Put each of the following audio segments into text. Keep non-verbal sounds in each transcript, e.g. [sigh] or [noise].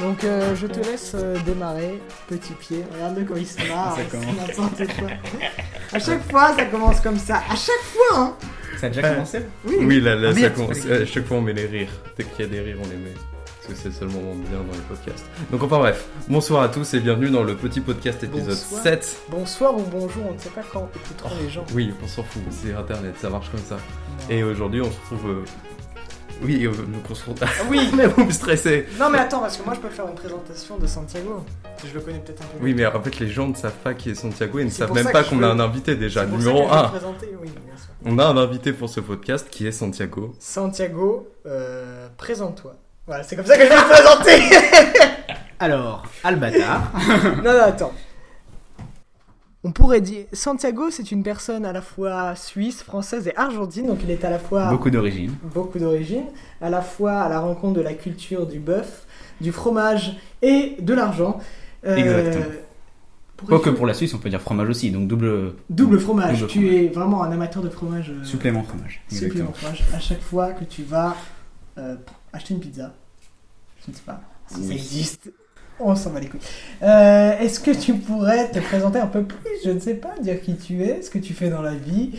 Donc euh, je te laisse euh, démarrer, petit pied. Regarde-le quand il se marre, Ça Ah, c'est commence. n'importe quoi. À chaque fois, ça commence comme ça. À chaque fois, hein Ça a déjà commencé Oui, Oui, là, là, Ah, ça euh, merde, commence. fallait que- À chaque fois, on met les rires. Dès qu'il y a des rires, on les met. Parce que c'est le seul moment bien dans les podcasts. Donc, enfin bref, bonsoir à tous et bienvenue dans le petit podcast épisode Bonsoir. 7. Bonsoir ou bonjour, on ne sait pas quand écouteront les gens. Oui, on s'en fout, c'est internet, ça marche comme ça. Et aujourd'hui, on se retrouve. euh, Oui, euh, [laughs] nous confrontons. Ah oui, mais vous me stressez Non mais attends, parce que moi je peux faire une présentation de Santiago. Je le connais peut-être un peu. Oui, mais en fait, les gens ne savent pas qui est Santiago et ne C'est savent pour même ça pas que qu'on je a veux- un invité déjà. C'est pour ça Numéro que je vais le 1. présenter, oui, bien sûr. On a un invité pour ce podcast qui est Santiago. Santiago, euh, présente-toi. Voilà, c'est comme ça que je vais le présenter. [laughs] Alors, Albatar. non, non, attends. On pourrait dire Santiago, c'est une personne à la fois suisse, française et argentine, donc il est à la fois Beaucoup d'origine. beaucoup d'origines, à la fois à la rencontre de la culture du bœuf, du fromage et de l'argent. Euh, Exactement. pourrais- Quoique pour la Suisse, on peut dire fromage aussi, donc double. Double fromage, double tu es vraiment un amateur de fromage. euh, Supplément fromage. supplément Exactement. fromage. À chaque fois que tu vas euh, acheter une pizza, je ne sais pas si ça Oui. existe, on s'en va les couilles. Euh, Est-ce que tu pourrais te présenter un peu plus Je ne sais pas, dire qui tu es, ce que tu fais dans la vie,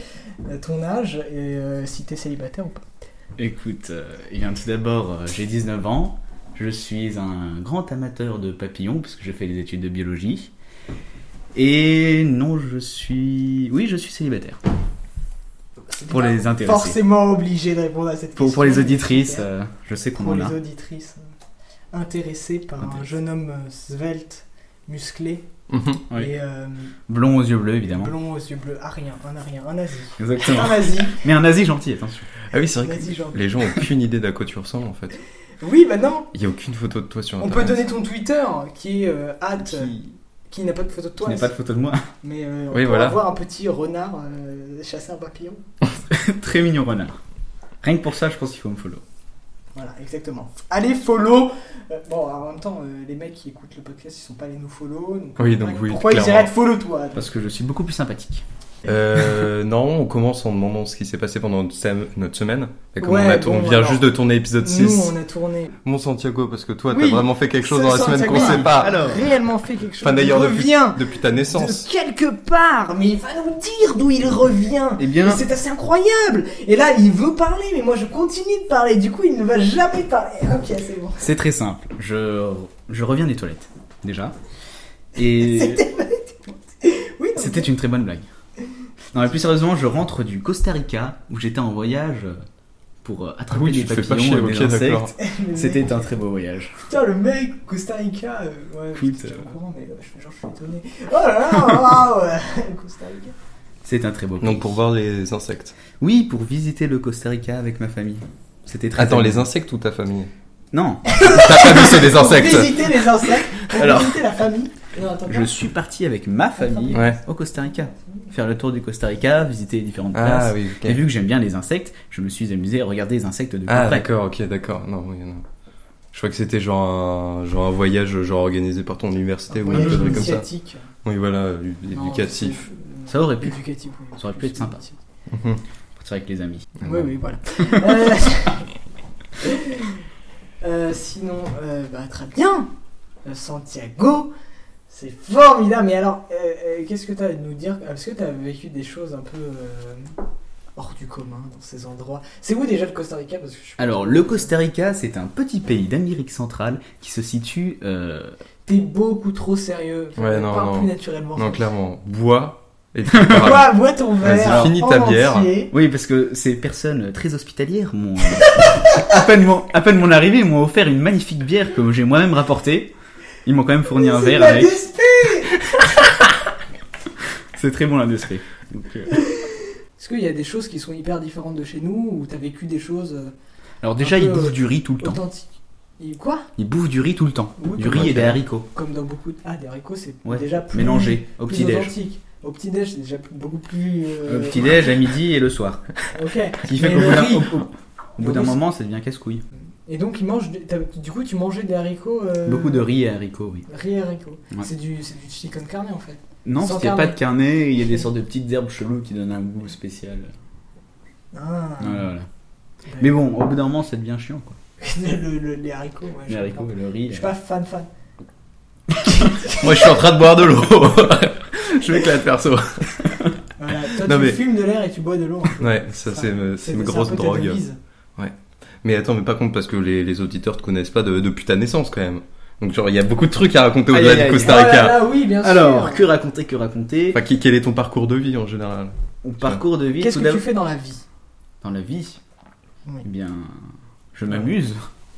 euh, ton âge et euh, si tu es célibataire ou pas. Écoute, euh, eh bien tout d'abord, euh, j'ai 19 ans. Je suis un grand amateur de papillons parce que je fais des études de biologie. Et non, je suis. Oui, je suis célibataire. Pour les intéressés. Bah, Forcément obligé de répondre à cette question. Pour, pour les auditrices, euh, je sais qu'on Pour en les a. auditrices euh, intéressées par un Intéressées. jeune homme euh, svelte, musclé Oui. et euh, Blond aux yeux bleus, évidemment. blond aux yeux bleus, arien, un arien, un nazi. Exactement. Un nazi, Mais un nazi gentil, attention. Ah oui, c'est vrai Vas-y, Jean. que les gens n'ont aucune idée d'à quoi tu ressembles en fait. Oui, bah non. Il n'y a aucune photo de toi sur On internet. peut donner ton Twitter qui est euh, at, qui, Qui n'a pas de photo de qui toi. n'a pas de photo de moi. Mais euh, on Oui, peut voilà. avoir un petit renard euh, chasser un papillon. Très mignon renard. Rien que pour ça, je pense qu'il faut me follow. Voilà, exactement. Allez, follow. Euh, bon, alors, en même temps, euh, les mecs qui écoutent le podcast, ils sont pas les nous follow. Donc, euh, Oui, donc oui, Pourquoi ils clairement. iraient de follow toi Parce que je suis beaucoup plus sympathique. [laughs] Euh, non, on commence en demandant ce qui s'est passé pendant notre, sem- notre semaine. Et comme Ouais, on, a tout- bon, on vient alors, juste de tourner épisode 6. Nous, on a tourné. Mon Santiago, parce que toi, Oui, t'as vraiment fait quelque chose ce dans la semaine Santiago, qu'on sait pas. a Alors. réellement fait quelque chose. enfin, il d'ailleurs, depuis, revient depuis ta naissance. de quelque part, mais il va nous dire d'où il revient. Eh bien- Et c'est assez incroyable. Et là, il veut parler, mais moi, je continue de parler. Du coup, il ne va jamais parler. [laughs] Ok, c'est bon. C'est très simple. Je, je reviens des toilettes, déjà. Et Oui, non, c'était une très bonne blague. Non, mais plus sérieusement, je rentre du Costa Rica où j'étais en voyage pour euh, attraper Ah Oui, des tu te fais pas papillons chier, et des ok, d'accord. insectes. mais- C'était un très beau voyage. Putain, le mec, Costa Rica. euh, ouais, Écoute, j'étais déjà euh, au courant, mais euh, je fais genre, je suis étonné. Oh là là, waouh [laughs] Costa Rica. C'est un très beau Donc pays. pour voir les insectes. Oui, pour visiter le Costa Rica avec ma famille. C'était très Attends, amusant. les insectes ou ta famille Non, Ta famille, c'est des Pour insectes. visiter les insectes, pour Alors. visiter la famille. Non, attends, je suis parti avec ma famille Ouais. au Costa Rica. Faire le tour du Costa Rica, visiter les différentes places. Ah oui, ok. Et vu que j'aime bien les insectes, je me suis amusé à regarder les insectes de Ah près. d'accord, ok, d'accord. Non, oui, non. Je crois que c'était genre un, genre un voyage genre organisé par ton université ou un voyage peu comme ça. initiatique. Oui, voilà, euh, Non, éducatif. c'est- Ça aurait pu. Éducatif, oui. Ça aurait pu être sympa. Mhm. Partir avec les amis. Oui, oui, [laughs] voilà. Euh, euh, sinon, euh, bah, très bien. Euh, Santiago, c'est formidable. Mais alors, euh, euh, qu'est-ce que tu as à nous dire Est-ce que tu as vécu des choses un peu euh, hors du commun dans ces endroits C'est où déjà le Costa Rica Parce que je suis pas Alors, trop- le Costa Rica, c'est un petit pays d'Amérique centrale qui se situe. euh, T'es beaucoup trop sérieux. Ouais, non, Parle non. plus naturellement. Non, clairement. Bois [laughs] et puis parle. Bois, bois ton Vas-y, verre. finis en ta bière. entier. Oui, parce que ces personnes très hospitalières m'ont. euh, [laughs] à, peine mon, à peine mon arrivée, m'ont offert une magnifique bière que j'ai moi-même rapportée. Ils m'ont quand même fourni un C'est verre pas avec. des- C'est très bon l'industrie. Donc, euh, Est-ce qu'il y a des choses qui sont hyper différentes de chez nous ou t'as vécu des choses euh, Alors, déjà, peu, ils euh, bouffent du riz tout le temps. authentiques Et Quoi Ils bouffent du riz tout le temps. Oui, Du riz et des haricots. Comme dans beaucoup de... Ah, des haricots, c'est Ouais, déjà plus... Mélangés au plus petit-déj. authentique. Au petit-déj, c'est déjà plus- beaucoup plus... euh, Au petit-déj, à midi et le soir. Ok. Ce qui fait Mais qu'au le bout d'un- riz- au- au- au bout d'un riz- moment, ça devient casse-couille. Et donc, ils mangent... des- t'as- Du coup, tu mangeais des haricots... euh, Beaucoup de riz et haricots, oui. Riz et haricots. Ouais. C'est du, c'est du chicken carné, en fait. Non, Sans parce qu'il n'y a carnet. pas de carnet, il y a des sortes de petites herbes cheloues qui donnent un goût spécial. Ah. Voilà, voilà. Mais bon, au bout d'un moment, ça devient chiant, quoi. Bah, [laughs] le- le- les haricots. ouais, Les j'aime haricots pas. et le Je riz. euh. suis pas fan fan. Moi, je suis en train de boire de l'eau. [laughs] je m'éclate perso. [laughs] Voilà, toi Non, tu mais- fumes de l'air et tu bois de l'eau. hein. en fait. Ouais, ça, c'est une, c'est une un grosse peu ta drogue. devise. Mais attends, mais pas contre parce que les, les auditeurs te connaissent pas de- depuis ta naissance quand même. Donc, genre, il y a beaucoup de trucs à raconter Aïe, au-delà aïe, du aïe. Oh Costa là Rica. là, oui, bien sûr. Alors, que raconter, que raconter Enfin, qui- quel est ton parcours de vie en général Mon parcours de vie, qu'est-ce tout que tu d'abord. fais dans la vie Dans la vie, Oui. eh bien, je m'amuse,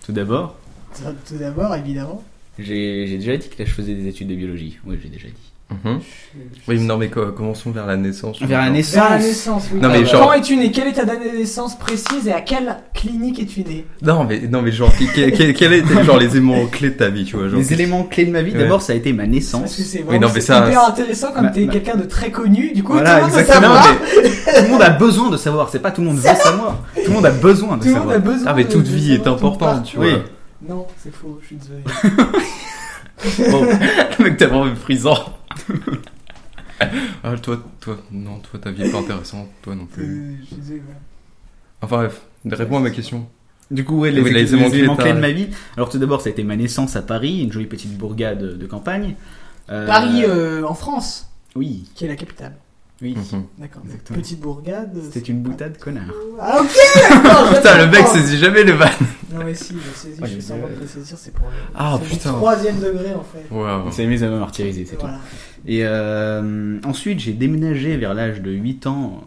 tout d'abord. Tout- Tout d'abord, évidemment. J'ai j'ai déjà dit que là, je faisais des études de biologie. Oui, j'ai déjà dit. Oui, mais non, mais co- commençons vers la naissance. Mhm. Vers la Genre. naissance. Ah, Vers la naissance, oui. Non, mais Quand genre- es-tu né Quelle est ta date de naissance précise et à quelle clinique es-tu né Non, mais, non, mais genre, qui- quel, quel, quel est genre, les éléments clés de ta vie, tu vois genre, Les éléments clés de ma vie, Ouais. d'abord, ça a été ma Parce que naissance. c'est Oui, non, vraiment c'est mais ça- hyper intéressant comme Ma- t'es ma- quelqu'un de très connu. Du coup, Voilà, tout le monde veut exactement. savoir. mais tout le monde a besoin de savoir. C'est pas tout le monde veut savoir. Tout le monde a besoin de Tout le savoir. monde a besoin. Ah, mais de- toute de vie est savoir tout importante, par- tu vois. Oui. Non, c'est faux, je suis [laughs] désolé. Bon, [laughs] le mec, t'es vraiment frisant. ah, toi, toi, non, toi, ta vie est pas intéressante, toi non plus. Euh, je suis désolé, voilà. Enfin, bref, réponds à ma question. Du coup, ouais, Oui, les, les les éléments éléments clés clés de de ma vie. Alors tout d'abord, ça a été ma naissance à Paris, une jolie petite bourgade de campagne. Euh, Paris euh, en France, Oui, qui est la capitale. oui. Mhm. D'accord. Exactement. Petite bourgade. C'était une boutade, connard. Ah ok d'accord, je [laughs] Putain, le mec Oh, comprends. saisit jamais les vannes. Non mais si, je saisis, Ouais, je mais fais semblant euh, de le saisir, c'est pour... Ah, c'est pour putain. Troisième degré en fait. Waouh. On s'est mis à me martyriser, c'est tout. Voilà. Et euh, ensuite, j'ai déménagé vers l'âge de 8 ans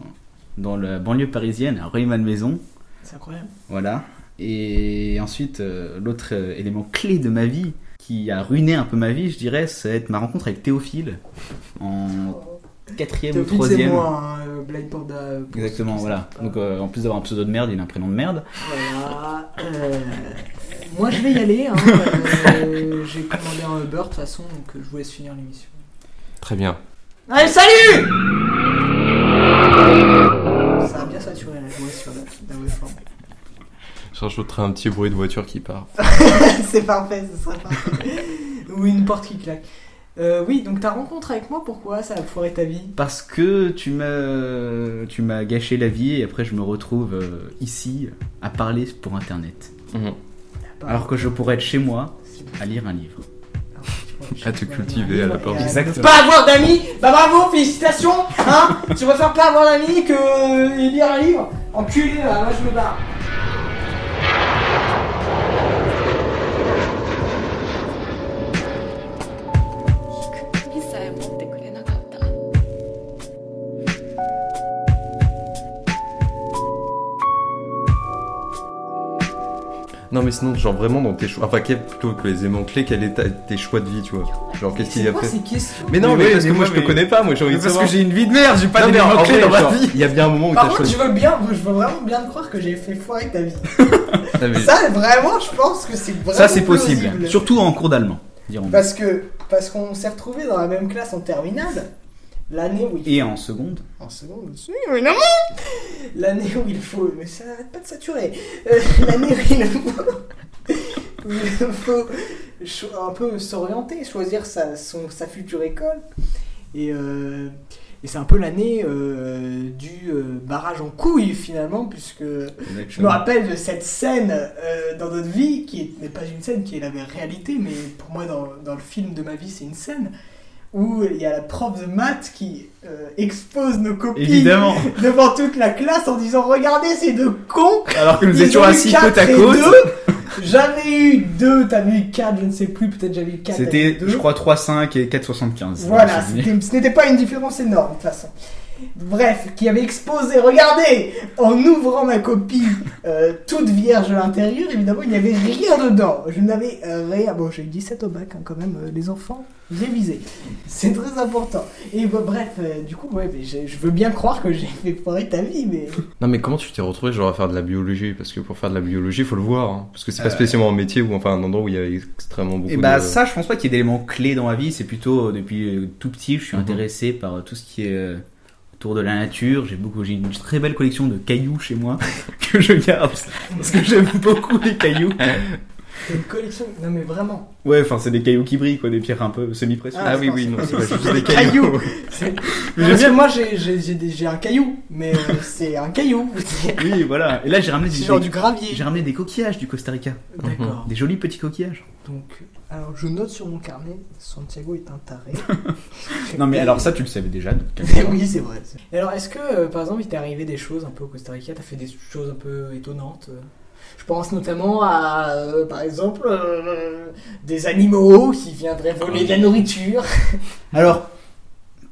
dans la banlieue parisienne, à Rueil-Malmaison. C'est incroyable. Voilà. Et ensuite, euh, l'autre euh, élément clé de ma vie, qui a ruiné un peu ma vie, je dirais, c'est ma rencontre avec Théophile en quatrième ou Théophile, c'est troisième. moi, hein, euh, Blind Panda. euh, pour Exactement, ceux qui voilà. savent pas. Donc euh, en plus d'avoir un pseudo de merde, il a un prénom de merde. Voilà. euh, moi, je vais y aller. hein, [laughs] euh, J'ai commandé un Uber de toute façon, donc euh, je vous laisse finir l'émission. Très bien. Allez, salut Ça a bien saturé la voix sur la, la waveform. Je rajouterai un petit bruit de voiture qui part. [laughs] c'est parfait, ce serait parfait. [laughs] Ou une porte qui claque. Euh, oui, donc ta rencontre avec moi, pourquoi ça a foiré ta vie Parce que tu m'as tu m'as gâché la vie et après je me retrouve euh, ici à parler pour internet. Mhm. Alors que je pourrais être chez moi C'est- à lire un livre. À te cultiver, à la porte. Exactement. Pas avoir d'amis, bah bravo, félicitations, hein Tu préfères pas avoir d'amis que euh, lire un livre Enculé, là, moi je me barre. 釘さえ持ってくれなかった Non, mais sinon, genre vraiment dans tes choix. Enfin, quel- plutôt que les éléments clés, quels étaient tes choix de vie, tu vois Genre, qu'est-ce qu'il y C'est a quoi fait ces questions Mais non, Mais mais, oui, parce mais que moi, moi, je te mais- connais pas, moi j'ai envie de savoir. une vie de merde, j'ai Non, mais en d'éléments vrai, genre, Il y a bien un moment où Par t'as contre, choisi. je veux bien, je veux vraiment bien te croire que j'ai fait foirer ta vie. Ah, mais- Ça, vraiment, je pense que c'est vraiment Ça c'est possible, plausible. surtout en cours d'allemand, dirons Parce que parce qu'on s'est retrouvé dans la même classe en terminale l'année où il Et en seconde, en seconde aussi, évidemment. L'année où il faut mais ça n'arrête pas de saturer. Euh, l'année où il faut où il faut cho- un peu s'orienter, choisir sa son sa future école et euh, et c'est un peu l'année euh, du euh, barrage en couille finalement puisque je me rappelle de cette scène euh, dans notre vie qui n'est pas une scène qui est la vraie réalité, mais pour moi dans, dans le film de ma vie c'est une scène où il y a la prof de maths qui euh, expose nos copies évidemment. devant toute la classe en disant regardez ces deux cons, Alors que nous Ils étions ont eu assis quatre côte à et côte. deux. J'avais eu deux, t'avais eu quatre, je ne sais plus, peut-être j'avais eu quatre. t'avais eu C'était, deux. je crois, 3,5 et 4,75. Voilà, Je me souviens. c'était- ce n'était pas une différence énorme de toute façon. Bref, qui avait exposé, regardez, en ouvrant ma copie euh, toute vierge à l'intérieur, évidemment, il n'y avait rien dedans. Je n'avais euh, rien. Bon, j'ai eu 17 au bac, hein, quand même, euh, les enfants, j'ai visé. C'est très important. Et bah, bref, euh, du coup, ouais, mais j'ai- je veux bien croire que j'ai fait foirer ta vie, mais. Non mais comment tu t'es retrouvé genre à faire de la biologie Parce que pour faire de la biologie, faut le voir. hein. Parce que c'est pas spécialement un métier ou enfin un endroit où il y a extrêmement beaucoup Et bah de... ça, je pense pas qu'il y ait d'éléments clés dans ma vie. C'est plutôt euh, depuis euh, tout petit, je suis Mhm. intéressé par euh, tout ce qui est euh, autour de la nature. J'ai beaucoup, j'ai une très belle [laughs] collection de cailloux chez moi que je garde parce que j'aime beaucoup les cailloux. C'est une collection. Non, mais vraiment. Ouais, enfin, c'est des cailloux qui brillent, quoi, des pierres un peu semi-précieuses. Ah, Ah oui, je oui, pense. non, c'est pas juste des Des cailloux. C'est- Mais Parce j'aime que moi, j'ai- j'ai j'ai des- j'ai un caillou, mais euh, c'est un [laughs] caillou. C'est Oui, voilà. Et là, j'ai ramené des, c'est genre du des- gravier. j'ai Mhm. ramené des coquillages du Costa Rica. D'accord. Des jolis petits coquillages. Donc, alors je note sur mon carnet, Santiago est un taré. [laughs] Non, [laughs] mais alors ça, tu le savais déjà. [laughs] donc, Mais oui, c'est vrai. Et alors, est-ce que, euh, par exemple, il t'est arrivé des choses un peu au Costa Rica T'as fait des choses un peu étonnantes euh Je pense notamment à, euh, par exemple, euh, des animaux qui viendraient voler de la nourriture. Ah, Alors,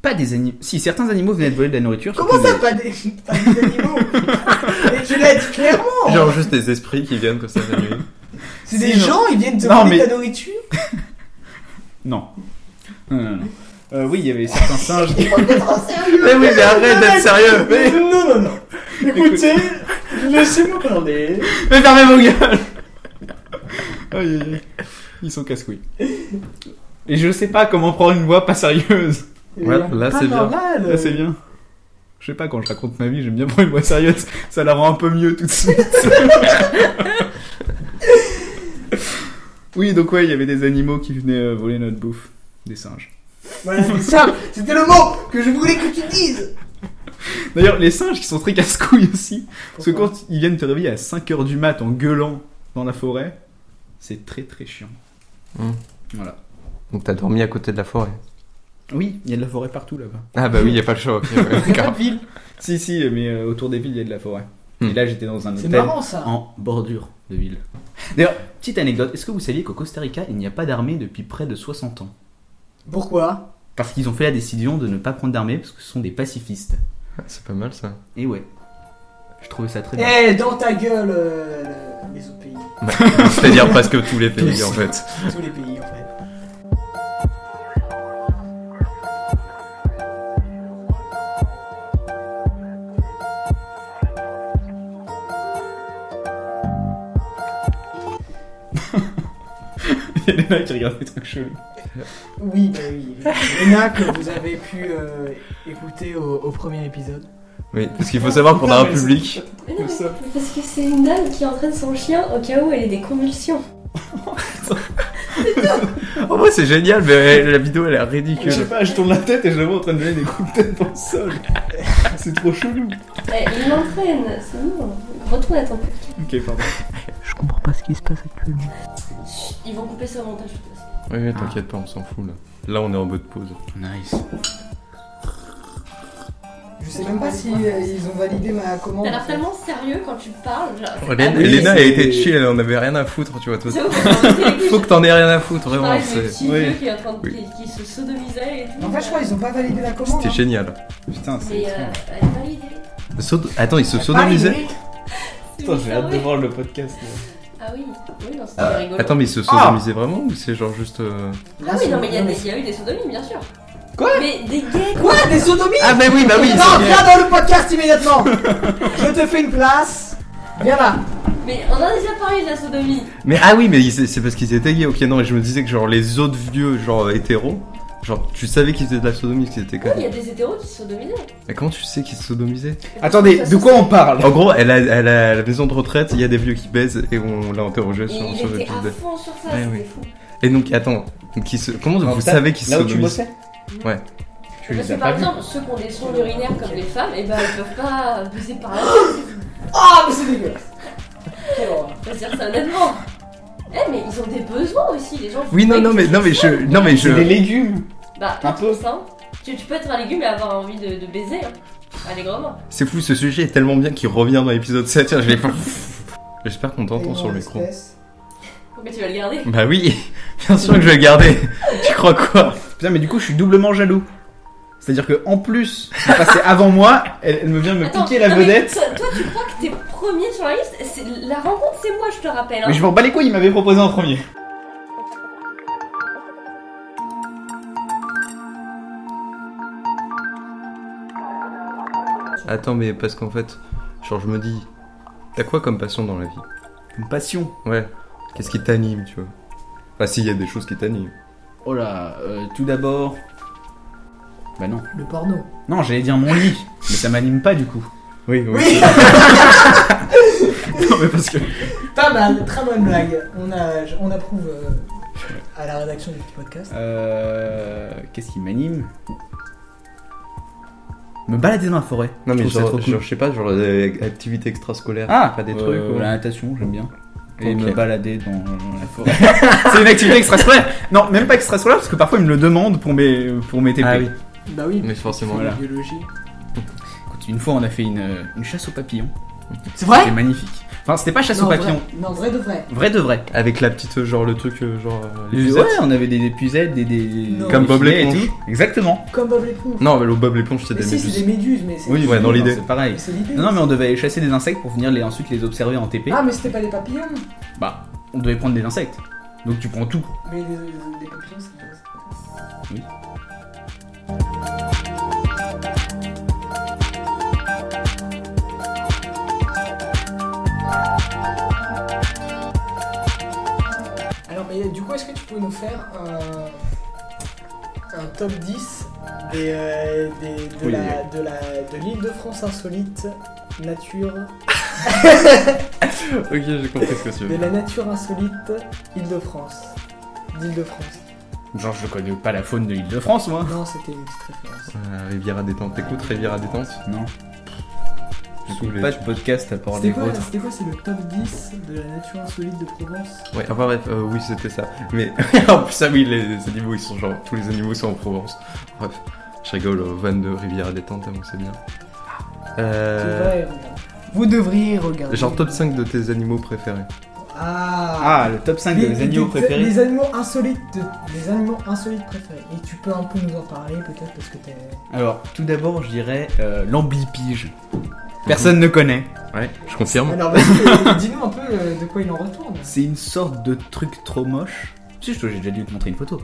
pas des animaux. Si certains animaux venaient de voler de la nourriture. Comment surtout ça, pas des, pas des animaux [laughs] Mais tu l'as dit clairement Genre juste des esprits qui viennent comme ça la nuit. C'est Si, des non. gens, ils viennent te Non, voler mais- ta nourriture des- Non. Non, non, non. Euh, oui, il y avait certains singes. Il faut être en sérieux Mais oui, mais arrête d'être sérieux. Mais non, non, non Écoutez, laissez-moi parler Mais fermez vos gueules Aïe, aïe, aïe. Ils sont casse-couilles. Et je sais pas comment prendre une voix pas sérieuse. Ouais, là, Pas c'est bien. normal. Là, c'est bien. Je sais pas, quand je raconte ma vie, j'aime bien prendre une voix sérieuse. Ça la rend un peu mieux tout de [laughs] suite. oui, donc ouais, il y avait des animaux qui venaient euh, voler notre bouffe. Des singes. Voilà, c'est ça, c'était le mot que je voulais que tu dises. D'ailleurs, les singes qui sont très casse-couilles aussi. Parce que quand ils viennent te réveiller à 5h du mat en gueulant dans la forêt, c'est très très chiant. Hmm. Voilà. [laughs] Donc t'as dormi à côté de la forêt. Oui, il y a de la forêt partout là-bas. Ah bah oui, y a pas le choix. ok, ouais, Pas [laughs] d'accord. de ville. Si, si, mais euh, autour des villes, il y a de la forêt. Hmm. Et là, j'étais dans un c'est hôtel marrant ça. en bordure de ville. D'ailleurs, petite anecdote, est-ce que vous saviez qu'au Costa Rica, il n'y a pas d'armée depuis près de 60 ans Pourquoi Parce qu'ils ont fait la décision de ne pas prendre d'armée parce que ce sont des pacifistes. Ah, C'est pas mal ça. Et ouais. Je trouvais ça très Eh, bien. dans ta gueule, euh, les autres pays, C'est-à-dire presque tous les pays en fait. tous les pays en fait. [laughs] Il y a des mecs qui regardent des trucs chelous. Oui, bah oui. Lena que vous avez pu euh, écouter au, au premier épisode. Oui, parce qu'il faut savoir qu'on a un Non, mais c'est- public. Mais non, Comme ça. mais parce que c'est une dame qui entraîne son chien au cas où elle ait des convulsions. En vrai, c'est génial, mais la vidéo elle est Je sais ridicule. pas, je tourne la tête et je le vois en train de donner des coups de tête dans le sol. C'est trop chelou. Eh, il l'entraîne, c'est bon. Retourne à ton public. Ok, pardon. Je comprends pas ce qui se passe actuellement. Chut, Ils vont couper ça au montage, je te laisse. Oui, oui, t'inquiète pas, on s'en fout là. Là, on est en mode pause. Nice. Je sais même pas si euh, ils ont validé ma commande. T'as l'air tellement sérieux quand tu parles, genre. Léna, oui, Léna, c'est- elle était chill, elle en avait rien à foutre, tu vois. toi. C'est bon, c'est Faut que t'en aies rien à foutre, Je vraiment. parlais de c'est- petit oui. vieux qui est en train de. Oui. qui, qui se sodomisait et tout. En fait, je crois qu'ils ont pas validé la commande. hein. C'était génial. Putain, c'est. Mais euh, elle est validée. Sodo- Attends, il se Ils ont pas validé. sodomisait C'est Putain, j'ai hâte de bizarre, voir le podcast. là. oui. Ah oui, oui, non, c'était rigolo. Attends, mais il se sodomisait vraiment ou c'est genre juste. euh, Là, Ah oui, c'est- non, mais il y, a des- il y a eu des sodomies, bien sûr. Quoi Mais des gays, quoi. Quoi Des sodomies Ah, bah oui, bah oui, Non, c'est viens dans le podcast immédiatement Je te fais une place Viens là Mais on en a déjà parlé de la sodomie. Mais ah oui, mais ils- c'est parce qu'ils étaient gays, ok, non, et je me disais que genre les autres vieux, genre euh, hétéros, genre tu savais qu'ils faisaient de la sodomie, qu'ils étaient Oui, il connus. y a des hétéros qui se sodomisaient. Mais comment tu sais qu'ils se sodomisaient Attendez, de quoi on parle En gros, elle a, elle a- à la maison de retraite, il y a des vieux qui baisent et on l'a interrogé Et sur, il sur le était à sujet. fond sur ça, Ouais, c'était oui. fou. Et donc, attends, donc ils se- comment En vous fait, savez qu'ils se Là où tu sodomisent bossais Ouais. Tu les Parce que as par pas vus. exemple, ceux qui ont des sondes urinaires comme les femmes, et ben ils peuvent pas baiser par là. Ah, mais c'est dégueulasse Quelle horreur. On va dire ça honnêtement. Eh mais ils ont des besoins aussi, les gens. Oui, non, non, mais, non, mais je. Non, mais je. C'est des légumes. Bah, Un un peu. peu ça. hein. Tu, tu peux être un légume et avoir envie de, de baiser, hein. Allègrement. C'est fou, ce sujet est tellement bien qu'il revient dans l'épisode 7. Tiens, je l'ai pas. J'espère qu'on t'entend sur le micro. Espèce. Pourquoi tu vas le garder Bah oui, [laughs] bien sûr que je vais le garder. [laughs] tu crois quoi Putain, mais du coup, je suis doublement jaloux. C'est-à-dire que en plus, c'est passé avant moi, elle, elle me vient me piquer la non, mais vedette. toi, toi, tu crois que t'es premier sur la liste C'est- La rencontre, c'est moi, je te rappelle. hein. Mais je m'en bats les couilles, il m'avait proposé en premier. Attends, mais parce qu'en fait, genre, je me dis, t'as quoi comme passion dans la vie Une passion. Ouais. Qu'est-ce qui t'anime, tu vois Enfin, s'il y a des choses qui t'animent. Oh là, euh, tout d'abord. Bah non. Le porno. Non, j'allais dire mon lit, [laughs] mais ça m'anime pas du coup. Oui, Oui non, mais parce que. T'as [laughs] Pas mal, très bonne blague. On, a, on approuve euh, à la rédaction du petit podcast. Euh, Qu'est-ce qui m'anime Me balader dans la forêt. je Non, mais trouve ça genre, trop cool. genre, je sais pas, genre des activités extrascolaires. Ah, pas des euh, trucs. ou- La natation, j'aime bien. Et Ok. me balader dans la [laughs] forêt. c'est une activité extrascolaire. Non, même pas extrascolaire parce que parfois ils me le demandent pour mes pour mes TP. Ah oui. Bah oui, Mais forcément. Voilà. la biologie. Écoute, une fois on a fait une, une chasse aux papillons. C'est vrai C'était magnifique. Enfin, c'était pas chasse aux papillons. Vrai, non, vrai de vrai. Vrai. de vrai. Avec la petite, euh, genre le truc, euh, genre. euh, les ouais, fusettes. on avait des, des puzettes, des, des- des- Non. des Comme Bob filets et l'éponge. tout. Exactement. Comme Bob l'éponge. Non, mais le Bob l'éponge, c'était Mais des si, c'est des méduses. méduses, mais c'est Oui, ouais, dans Non, l'idée. C'est pareil. c'est l'idée. Non, non, mais on devait aller chasser des insectes pour venir les ensuite les observer en TP. Ah, mais c'était pas des papillons Bah, on devait prendre des insectes. Donc tu prends tout. Mais des, des- des papillons, c'est Alors, mais du coup, est-ce que tu peux nous faire un, un top 10 des, euh, des- de, Oui. la, de la de l'île de France insolite nature [laughs] Ok, j'ai compris ce que tu de veux. la nature insolite Île-de-France d'Île-de-France Genre, je connais pas la faune de l'île de France, moi. non c'était une petite référence Euh, Riviera détente, t'écoutes Riviera détente Non. Du coup, J'écoute les- pas de podcast à part les C'était quoi, vôtres. c'était quoi C'est le top 10 de la nature insolite de Provence Ouais, enfin bref, euh, oui, c'était ça. Mais [laughs] en plus, ça, oui, les, les animaux, ils sont genre. Tous les animaux sont en Provence. Bref, je rigole, euh, van de Riviera détente, hein, c'est bien. Euh. C'est vrai, regarde. Vous devriez regarder. Genre top 5 de tes animaux préférés. Ah, Ah, le top 5 de mes animaux des- préférés. Les animaux insolites, de- les animaux insolites préférés. Et tu peux un peu nous en parler peut-être parce que t'es. Alors, tout d'abord, je dirais euh, l'ambipige. Mhm. Personne ne connaît. Ouais, je confirme. Alors vas-y, dis-nous un peu euh, [laughs] de quoi il en retourne. C'est une sorte de truc trop moche. Si, je te- j'ai déjà dû te montrer une photo.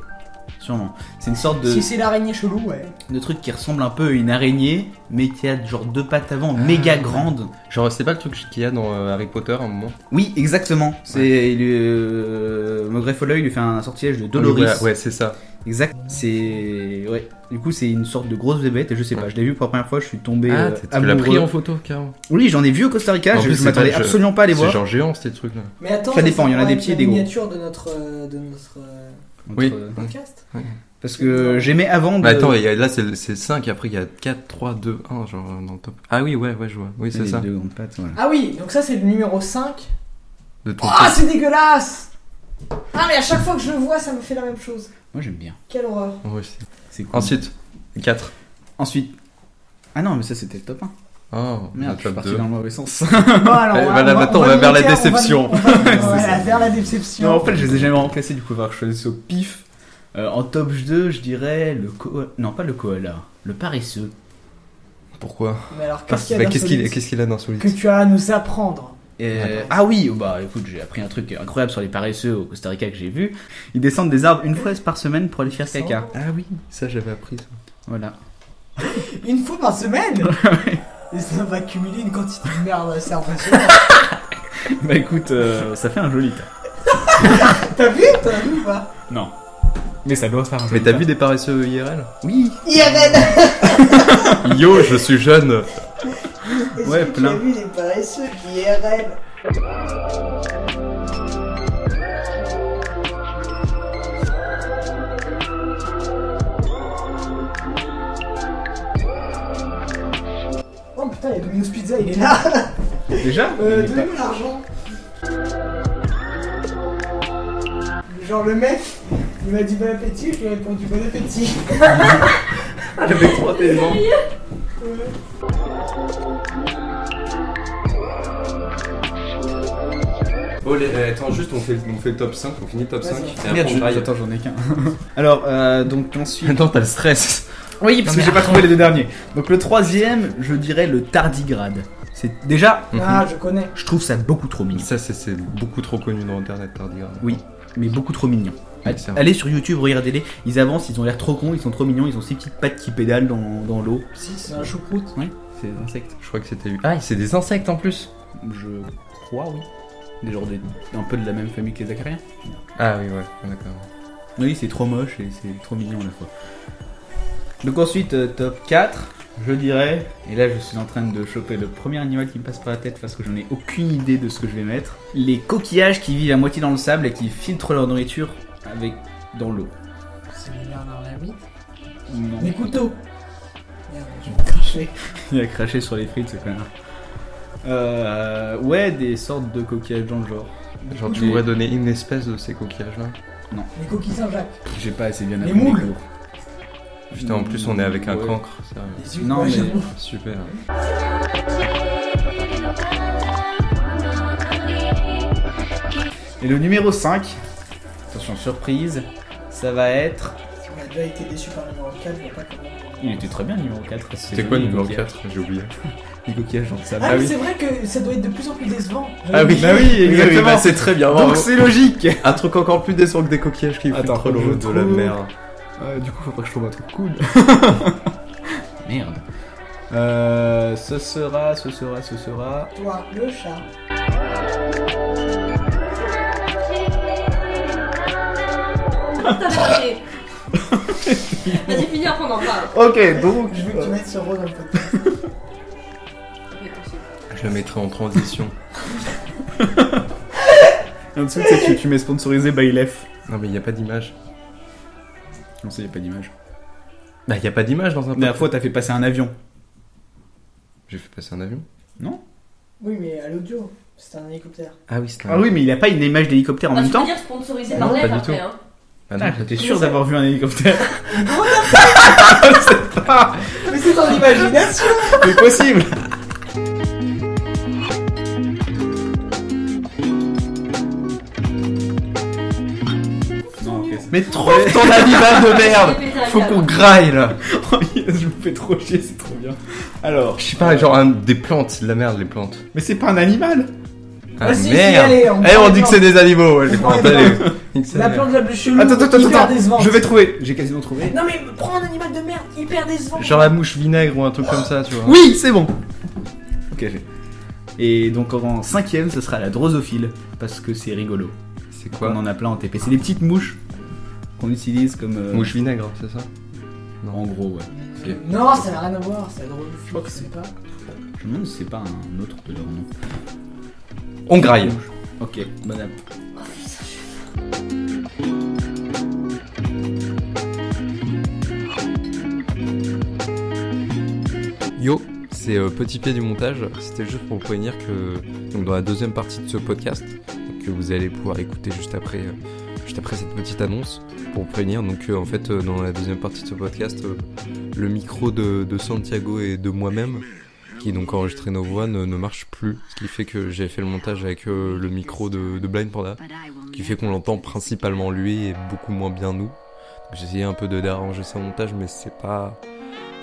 Sûrement. C'est une sorte de, Si c'est l'araignée chelou, ouais. de truc qui ressemble un peu à une araignée, mais qui a genre deux pattes avant Ah. méga grandes. Genre, c'est pas le truc qu'il y a dans euh, Harry Potter à un moment Oui, exactement. C'est il, euh, Maugret Folloy lui fait un sortilège de Doloris. Ouais, ouais, c'est ça. Exact. C'est ouais. Du coup, c'est une sorte de grosse bébête et je sais pas. Je l'ai vu pour la première fois. Je suis tombé ah, euh, t'as- tu l'as amoureux. pris en photo, carrément. Oui, j'en ai vu au Costa Rica. En je plus, je c'est m'attendais pas- je- absolument pas à les C'est voir. Euh, genre géant, ces trucs-là. Mais attends, Ça dépend, il y en a pourrait des être petits et la des gros. miniature de notre, euh, de notre euh, Oui. Entre- podcast. Parce que j'aimais avant. De... Mais Bah, attends, il y a- là c'est c'est 5, après il y a 4, 3, 2, 1, genre dans le top. Ah oui, ouais, ouais, je vois. Oui, c'est Les ça. deux grandes pattes, voilà. Ah oui, donc ça c'est le numéro 5. De ton Ah, top. c'est dégueulasse Ah, mais à chaque fois que je le vois, ça me fait la même chose. Moi, j'aime bien. Quelle horreur. Ouais, c'est- C'est cool. Ensuite, 4. Ensuite. Ah non, mais ça c'était le top 1. Oh, Merde, je le suis top parti 2. dans le mauvais sens. Bon, alors, Eh, voilà, maintenant, on va vers la déception. on va- C'est [laughs] voilà, ça. vers la déception. non, en fait, je les ai jamais remplacés, du coup, il va falloir que je choisisse au pif. Euh, en top 2, je dirais le koala. Non, pas le koala, le paresseux. Pourquoi Mais alors, Bah, qu'est-ce qu'il y a Qu'est-ce qu'il d'insolite qu'est-ce qu'il a d'insolite que tu as à nous apprendre Euh, Ouais. ah oui, oh bah écoute, j'ai appris un truc incroyable sur les paresseux au Costa Rica que j'ai vu. Ils descendent des arbres une fois par semaine pour aller faire caca. Ah oui, ça j'avais appris ça. Voilà. [laughs] Une fois par [laughs] semaine Et ça va cumuler une quantité de merde, c'est impressionnant. bah écoute, euh, ça fait un joli tas. T'as vu T'as vu ou pas Non. Mais ça doit faire un Mais t'as vu des paresseux IRL Oui Ah, IRL Yo, je suis jeune Est-ce Ouais, que plein. Tu as vu les paresseux IRL Oh putain, il y a Domino's Pizza, il est là [laughs] Déjà Euh, Il est pas- donnez-moi l'argent. Genre le mec, il m'a dit bon appétit, je lui ai répondu bon [laughs] appétit. J'avais trois tellement. Oh, les- euh, attends, juste on fait, on fait le top 5, on finit le top Ah, Vas-y. 5. et Merde, après, on je- braille. attends, j'en ai qu'un. Alors, euh, donc ensuite. Attends, t'as le stress. Oui, parce que j'ai pas trouvé les deux derniers. Donc le troisième, je dirais le tardigrade. C'est déjà, Ah, je connais. je trouve ça beaucoup trop mignon. Ça, c'est- c'est beaucoup trop connu dans internet hein. tardigrade. Oui, mais beaucoup trop mignon. Oui, c'est vrai. Allez sur YouTube, regardez-les. Ils avancent, ils ont l'air trop cons, ils sont trop mignons, ils ont ces petites pattes qui pédalent dans, dans l'eau. C'est un choucroute. Oui, c'est des insectes. Je crois que c'était. Ah, c'est des insectes en plus. Je crois, oui. Des genres de, un peu de la même famille que les acariens. Ah oui, ouais, d'accord. Oui, c'est trop moche et c'est trop mignon à la fois. Donc ensuite, euh, top 4, je dirais, et là je suis en train de choper le premier animal qui me passe par la tête parce que j'en ai aucune idée de ce que je vais mettre, les coquillages qui vivent à moitié dans le sable et qui filtrent leur nourriture avec dans l'eau. C'est Bernard Lamy. Non. Des couteaux. Merde, je vais me cracher. Il a craché sur les frites, ce connard. Euh, ouais, des sortes de coquillages dans le genre. Genre, tu m'aurais donné une espèce de ces coquillages-là. Les coquilles Saint-Jacques. J'ai pas assez bien Les appris mes moules. cours. Putain, en plus, on est avec un Ouais. cancre, ça. euh, Les huîtres, Non, ouais, mais- j'avoue. Super. Et le numéro 5, attention surprise, ça va être. [laughs] Si on a déjà été déçu par le numéro 4, je vois pas comment. Il était très bien le numéro 4. C'était quoi le numéro 4 J'ai oublié. Les coquillages dans le sable. Ah, mais c'est vrai que ça doit être de plus en plus décevant. Ah oui, Bah oui, exactement. bah c'est très bien. Donc bravo. c'est logique Un truc encore plus décevant que des coquillages qui Attends, filtrent l'eau je de la trouve. mer. Euh, Du coup, faudrait que je trouve un truc cool. [laughs] Merde. Euh, ce sera, ce sera, ce sera. Toi, le chat. T'as raté. Vas-y, finis, après on en parle. Ok, donc. Je veux que tu mettes ce rôle dans le podcast. Je la mettrai en transition. En dessous, tu sais, tu- tu mets sponsorisé by Lef. Non, mais il n'y a pas d'image. Non, ça y a pas d'image. Bah, il n'y a pas d'image dans La un dernière podcast. fois, t'as fait passer un avion. J'ai fait passer un avion. Oui, mais à l'audio. C'était un hélicoptère. Ah oui, c'était un Ah oui, mais il a pas une image d'hélicoptère en Bah, même tu peux temps. dire sponsorisé Non, par pas l'air du après. tout. Hein. Ah non, Putain, j'étais sûr d'avoir vu un hélicoptère. [laughs] Mais c'est ton imagination C'est possible. [laughs] Mais trouve ton animal de merde J'ai pété un Faut câble. qu'on graille là je me fais trop chier, c'est trop bien. Alors, Je sais pas, genre un- des plantes, c'est de la merde les plantes. mais c'est pas un animal. Ah Ah, si, si, merde allez, on Eh, on prend dit les que c'est des animaux ouais, les On prend plantes, les allez plantes. Nique sa La mère. plante la plus chelou. Attends, attends, hyper attends, attends. décevante. Je vais trouver. J'ai quasiment trouvé. Non, mais prends un animal de merde, hyper décevant. Genre la mouche vinaigre ou un truc comme ça, tu vois. Oui, c'est bon. Ok, j'ai. Et donc en cinquième, ce sera la drosophile parce que c'est rigolo. C'est On quoi en a plein en TP. C'est des petites mouches qu'on utilise comme. euh, Mouche vinaigre, c'est ça En gros, ouais. Non, ça n'a rien à voir, c'est drôle. Je crois que sais pas. Je me demande si c'est pas un autre de leur nom. On graille Ok, madame. Yo, c'est euh, Petit Pied du montage. C'était juste pour vous prévenir que donc dans la deuxième partie de ce podcast, que vous allez pouvoir écouter juste après, euh, juste après cette petite annonce, pour vous prévenir. Donc euh, en fait, euh, dans la deuxième partie de ce podcast, euh, le micro de, de Santiago et de moi-même, qui donc enregistré nos voix, ne, ne marche plus. Ce qui fait que j'ai fait le montage avec euh, le micro de, de Blind Panda, qui fait qu'on l'entend principalement lui et beaucoup moins bien nous. Donc, J'ai essayé un peu de déranger ça au montage, mais c'est pas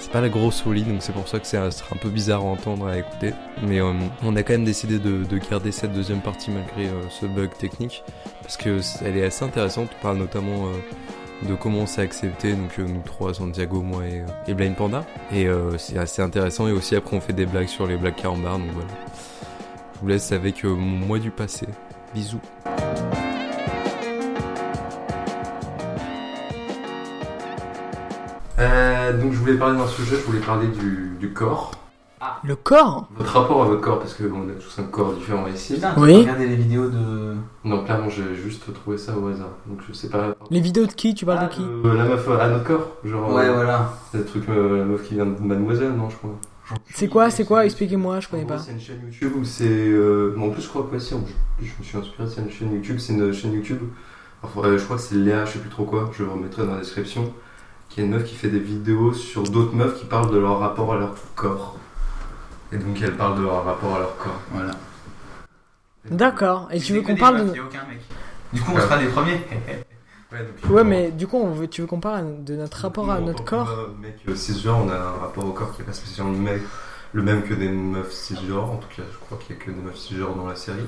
c'est pas la grosse folie, donc c'est pour ça que c'est un, sera un peu bizarre à entendre et à écouter. Mais euh, on a quand même décidé de, de garder cette deuxième partie malgré euh, ce bug technique, parce que c- elle est assez intéressante. On parle notamment euh, de comment on s'est accepté, donc euh, nous trois, Santiago, moi et, euh, et Blind Panda. Et euh, c'est assez intéressant. Et aussi après, on fait des blagues sur les blagues carambars, donc voilà. Je vous laisse avec euh, mon moi du passé. Bisous. Euh, donc je voulais parler d'un sujet, je voulais parler du, corps. Le corps Votre rapport à votre corps, parce qu'on a tous un corps différent ici. Oui. Regardez les vidéos de. Non, clairement, j'ai juste trouvé ça au hasard. Donc je sais pas. Les vidéos de qui Tu parles de qui Euh, la meuf à notre corps Genre. euh, Ah, voilà. C'est le truc, euh, la meuf qui vient de Mademoiselle, non, je crois. C'est quoi C'est quoi Expliquez-moi, Ah, je En connais gros, pas. C'est une chaîne YouTube où c'est. euh, non, en plus, je crois que ouais, si, en plus, je me suis inspiré, c'est une chaîne YouTube. C'est une chaîne YouTube. enfin, euh, je crois que c'est Léa, je sais plus trop quoi, je remettrai dans la description. Qui est une meuf qui fait des vidéos sur d'autres meufs qui parlent de leur rapport à leur corps. Et donc, elle parle de leur rapport à leur corps. Voilà. D'accord. Et tu veux qu'on parle de... aucun mec. Du coup, on sera les premiers. Ouais, donc, Ouais, bon. mais du coup, on veut... tu veux qu'on parle de notre rapport à Nous, en notre tant que corps meuf, Mec euh, cisgenre, on a un rapport au corps qui est pas spécialement le, mec- le même que des meufs cisgenres. En tout cas, je crois qu'il y a que des meufs cisgenres dans la série.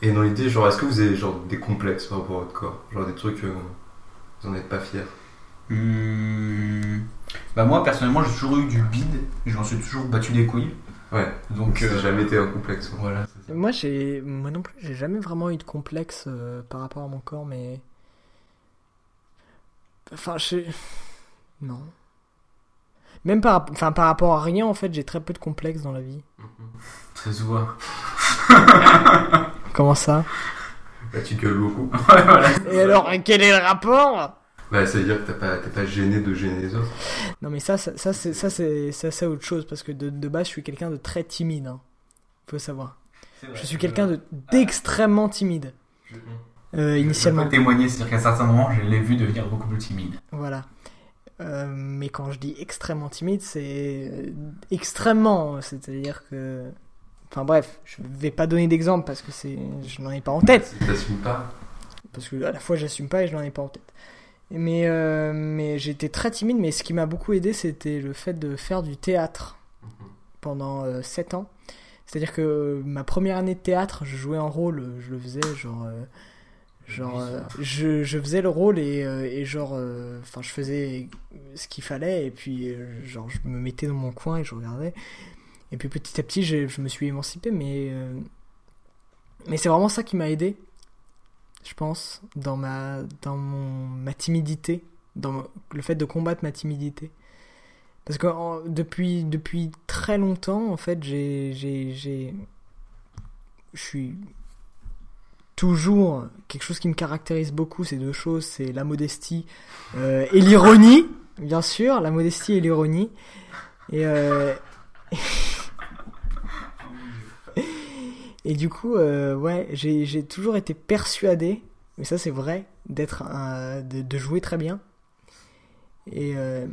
Et dans l'idée, genre, est-ce que vous avez genre des complexes par rapport à votre corps Genre des trucs, euh, vous en êtes pas fiers Hmm. Hum, Bah moi personnellement j'ai toujours eu du bide, je m'en suis toujours battu des couilles. Ouais. Donc Ça a euh, jamais été un complexe. ouais. voilà. Moi, j'ai, moi non plus, j'ai jamais vraiment eu de complexe euh, par rapport à mon corps, mais. Enfin, je. Non. Même par, enfin, par rapport à rien, en fait, j'ai très peu de complexes dans la vie. Ça se voit. Comment ça Bah, tu gueules beaucoup. [laughs] Ouais, voilà. Et alors, quel est le rapport Bah, ça veut dire que t'as pas, t'es pas gêné de gêner les autres. Non, mais ça, ça, ça, c'est, ça, c'est, ça, c'est autre chose, parce que de, de base, je suis quelqu'un de très timide. Hein. Faut savoir. Je suis quelqu'un de, d'extrêmement timide, euh, Je initialement. peux témoigner, c'est-à-dire qu'à certains moments, je l'ai vu devenir beaucoup plus timide. Voilà. Euh, mais quand je dis extrêmement timide, c'est euh, extrêmement. C'est-à-dire que. Enfin bref, je vais pas donner d'exemple parce que c'est, je n'en ai pas en tête. Si t'assumes pas, parce que à la fois j'assume pas et je n'en ai pas en tête. Mais, euh, mais j'étais très timide, mais ce qui m'a beaucoup aidé, c'était le fait de faire du théâtre pendant 7 ans. C'est-à-dire que euh, ma première année de théâtre, je jouais un rôle, je le faisais genre. euh, genre euh, je, je faisais le rôle et, euh, et genre. euh, Enfin, je faisais ce qu'il fallait et puis euh, genre je me mettais dans mon coin et je regardais. Et puis petit à petit, j'ai- je, me suis émancipé, mais. euh, mais c'est vraiment ça qui m'a aidé je pense, dans ma, dans mon, ma timidité, dans mon- le fait de combattre ma timidité. Parce que en- depuis, depuis très longtemps, en fait, j'ai, j'ai, j'ai- je suis toujours quelque chose qui me caractérise beaucoup, ces deux choses, c'est la modestie euh, et l'ironie, bien sûr, la modestie et l'ironie. Et, euh, Et du coup, euh, ouais, j'ai j'ai toujours été persuadé, mais ça c'est vrai, d'être un- de, de jouer très bien. Et, euh,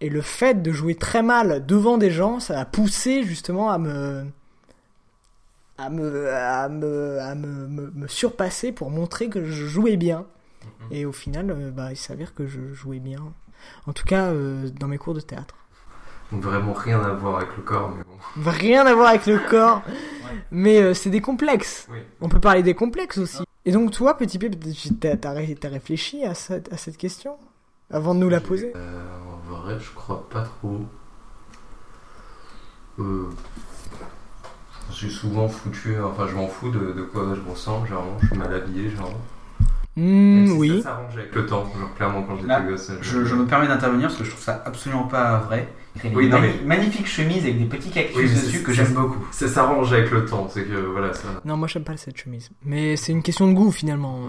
et le fait de jouer très mal devant des gens, ça m'a poussé justement à me à me à me à me, me- me surpasser pour montrer que je jouais bien. Et au final, euh, bah, il s'avère que je jouais bien. En tout cas, euh, dans mes cours de théâtre. donc vraiment rien à voir avec le corps, mais bon. Rien à voir avec le corps, mais euh, c'est des complexes. Oui. On peut parler des complexes aussi. Et donc toi, petit P, t'as t'as ré- t'as réfléchi à cette, à cette question avant de nous la poser Euh, en vrai, je crois pas trop. Euh, je suis souvent foutu, enfin je m'en fous de, de quoi je ressens, généralement je suis mal habillé, genre. Hmm, Ça Oui. s'arrange avec le temps, genre clairement quand Là, j'étais gosse. Ah, Je, je me permets d'intervenir parce que je trouve ça absolument pas vrai. Il y a une Oui, non, mani- magnifique chemise avec des petits cactus Oui, mais c'est- dessus que c'est- j'aime [laughs] beaucoup. Ça s'arrange avec le temps, c'est que voilà ça. Non, moi j'aime pas cette chemise. Mais c'est une question de goût finalement. euh.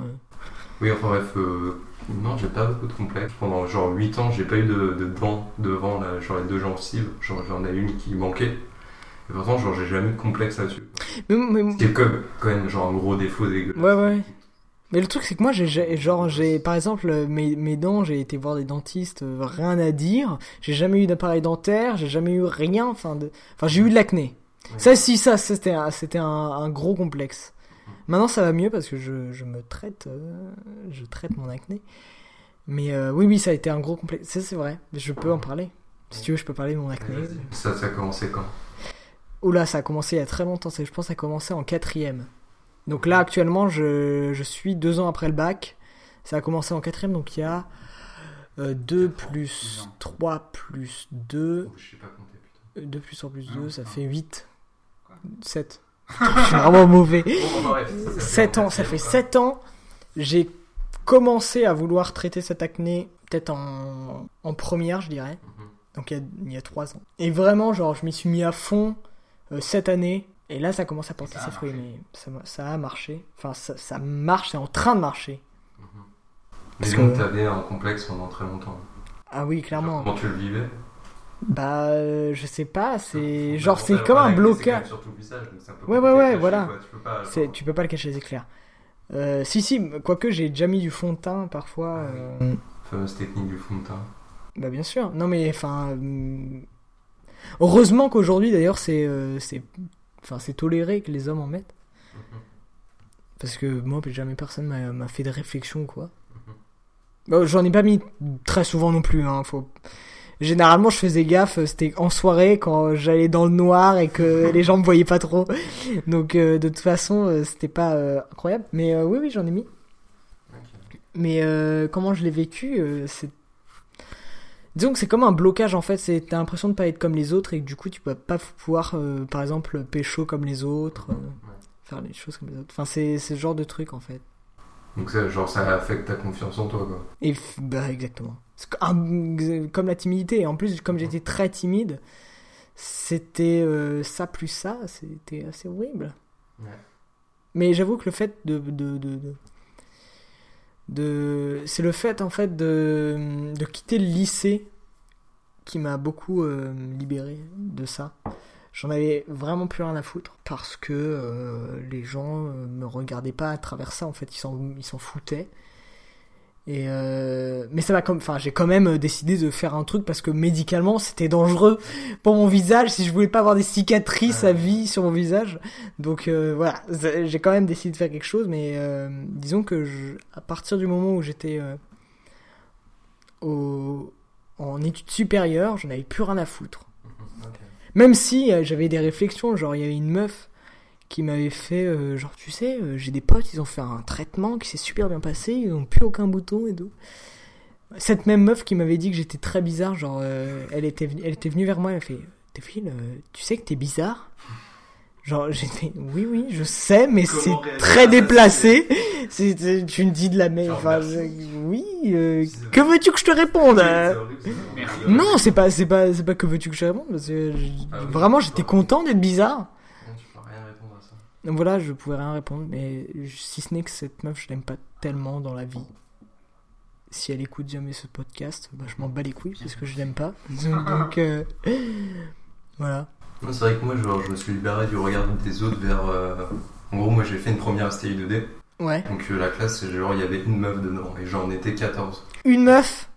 Oui, enfin bref, euh, non, j'ai pas beaucoup de complexes. Pendant genre 8 ans, j'ai pas eu de, de dents devant, là, genre les deux gencives. Genre j'en ai une qui manquait. Et pourtant, genre j'ai jamais eu de complexe là-dessus. Mais, Euh, mais- Ce qui est comme, quand même genre un gros défaut dégueulasse. ouais, ouais. Mais le truc c'est que moi, j'ai- j'ai, genre, j'ai, par exemple, euh, mes, mes dents, j'ai été voir des dentistes, euh, rien à dire. J'ai jamais eu d'appareil dentaire, j'ai jamais eu rien. Enfin, de... enfin, j'ai eu de l'acné. Ouais. Ça, si, ça, c'était, un- c'était un, un gros complexe. Maintenant, ça va mieux parce que je, je me traite, euh, je traite mon acné. Mais euh, oui, oui, ça a été un gros complexe. Ça, c'est vrai. Je peux en parler. Si tu veux, je peux parler de mon acné. Ça, ça a commencé quand Oh là, ça a commencé il y a très longtemps. c'est- Je pense que ça a commencé en quatrième. Donc là, actuellement, je, je suis deux ans après le bac. Ça a commencé en quatrième, donc il y a 2 Quatre ans, plus deux ans. 3 plus 2. Je sais pas compter, putain. 2 plus 1 plus Ah, 2, ça putain. fait 8. Quoi 7. [laughs] Je suis vraiment mauvais. Bon, enfin, bref, [laughs] ça fait 7 ans, un ça fait quoi. 7 ans. J'ai commencé à vouloir traiter cette acné peut-être en, en première, je dirais. Mhm. Donc il y a- il y a 3 ans. Et vraiment, genre, je m'y suis mis à fond euh, cette année. Et là, ça commence à porter Ça a ses fruits. marché. Mais ça, m'a- ça a marché. Enfin, ça, ça marche, c'est en train de marcher. mhm. Mais Parce donc, que- t'avais un complexe pendant très longtemps. Ah oui, clairement. Comment tu le vivais Bah, euh, je sais pas, c'est. Bah, Genre, bon, c'est ça, comme un pareil, c'est quand blocage. même sur tout le visage, donc c'est un peu Ouais, ouais, compliqué à ouais, cacher, voilà. quoi. Tu peux pas, genre- C'est- Tu peux pas le cacher les éclairs. Euh, si, si, quoique j'ai déjà mis du fond de teint parfois. Ah oui. euh, Fameuse technique du fond de teint. Bah bien sûr. Non mais enfin euh, heureusement qu'aujourd'hui d'ailleurs c'est euh, c'est enfin c'est toléré que les hommes en mettent parce que moi plus jamais personne m'a m'a fait de réflexion ou quoi. Bah, j'en ai pas mis très souvent non plus hein, faut Généralement, je faisais gaffe, euh, c'était en soirée quand j'allais dans le noir et que les gens me voyaient pas trop. Donc, euh, de toute façon, euh, c'était pas euh, incroyable. Mais euh, oui, oui, j'en ai mis. Mais euh, comment je l'ai vécu, euh, c'est Disons que c'est comme un blocage en fait, c'est t'as l'impression de pas être comme les autres et que du coup tu vas pas pouvoir euh, par exemple pécho comme les autres, euh, faire les choses comme les autres. Enfin c'est c'est ce genre de truc en fait. Donc ça, genre, ça affecte ta confiance en toi, quoi. Et f- bah, exactement. C'est co- un- comme la timidité. Et en plus, comme j'étais très timide, c'était euh, ça plus ça. C'était assez horrible. Ouais. Mais j'avoue que le fait de. de, de, de- de- c'est le fait, en fait, de, de quitter le lycée qui m'a beaucoup euh, libéré de ça. J'en avais vraiment plus rien à foutre parce que euh, les gens euh, me regardaient pas à travers ça en fait, ils s'en ils s'en foutaient. Et euh, mais ça va comme, enfin j'ai quand même euh, décidé de faire un truc parce que médicalement c'était dangereux pour mon visage si je voulais pas avoir des cicatrices à vie sur mon visage. Donc euh, voilà, c'est- j'ai quand même décidé de faire quelque chose, mais euh, disons que je, à partir du moment où j'étais euh, au- en études supérieures, j'en avais plus rien à foutre. Mhm. Même si euh, j'avais des réflexions, genre il y avait une meuf qui m'avait fait, euh, genre tu sais, euh, j'ai des potes, ils ont fait un traitement qui s'est super bien passé, ils n'ont plus aucun bouton et tout. Cette même meuf qui m'avait dit que j'étais très bizarre, genre euh, elle, était venue, elle était venue vers moi, elle m'a fait, Théophile, euh, tu sais que t'es bizarre Genre j'étais, oui oui, je sais, mais Comment c'est réagir à très ça, déplacé. [laughs] C'est- c'est- tu me dis de la même, Genre, enfin, merci. c'est- oui, euh, C'est que veux-tu que je te réponde euh C'est horrible, [laughs] c'est Merde. horrible. non, c'est pas, c'est pas, c'est pas que veux-tu que je réponde. parce que je- Ah oui. vraiment, j'étais content d'être bizarre. Non, tu peux rien répondre à ça. Donc voilà, je pouvais rien répondre, mais je- si ce n'est que cette meuf, je l'aime pas tellement dans la vie. Si elle écoute jamais ce podcast, bah, je m'en bats les couilles parce que je l'aime pas. [laughs] Donc euh, [laughs] voilà. Non, c'est vrai que moi, genre, je me suis libéré du regard des autres vers. euh, En gros, moi, j'ai fait une première STI 2D. Ouais. Donc, euh, la classe, c'est genre, il y avait une meuf dedans. Et j'en étais 14. Une meuf.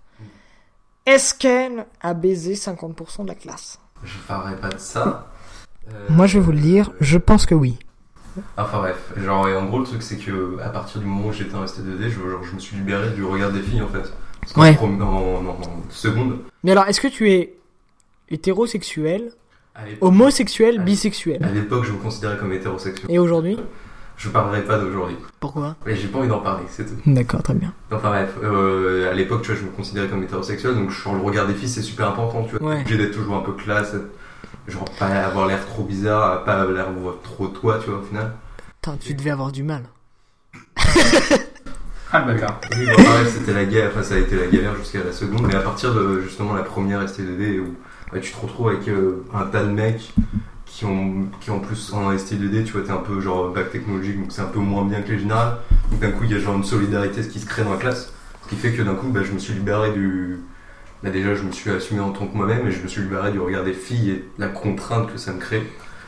Est-ce qu'elle a baisé 50% de la classe Je parlerai pas de ça. Euh, Moi, je vais vous le dire. Je pense que oui. Enfin bref, genre et en gros le truc c'est que à partir du moment où j'étais en ST2D, je, genre, je me suis libéré du regard des filles en fait. Parce qu'en Ouais. prom- en- en- en seconde, Mais alors, est-ce que tu es hétérosexuel, à l'époque, homosexuel, Ouais. bisexuel à l'époque, je me considérais comme hétérosexuel. Et aujourd'hui Je parlerai pas d'aujourd'hui. Pourquoi Mais j'ai pas envie d'en parler, c'est tout. D'accord, très bien. Enfin bref, euh, à l'époque tu vois, je me considérais comme hétérosexuel, donc sur le regard des filles c'est super important, tu vois. Ouais. T'es obligé d'être toujours un peu classe, être- genre pas avoir l'air trop bizarre, pas avoir l'air trop toi, tu vois au final. Putain, tu devais avoir du mal. Ah le bâtard. Oui, bon, pareil, c'était la guerre, enfin ça a été la galère jusqu'à la seconde, mais à partir de justement la première ST2D où bah, tu te retrouves avec euh, un tas de mecs qui ont qui en plus en ST2D tu vois t'es un peu genre bac technologique donc c'est un peu moins bien que les générales, donc d'un coup il y a genre une solidarité qui se crée dans la classe, ce qui fait que d'un coup bah, je me suis libéré du. Bah, déjà je me suis assumé en tant que moi-même et je me suis libéré du regard des filles et de la contrainte que ça me crée,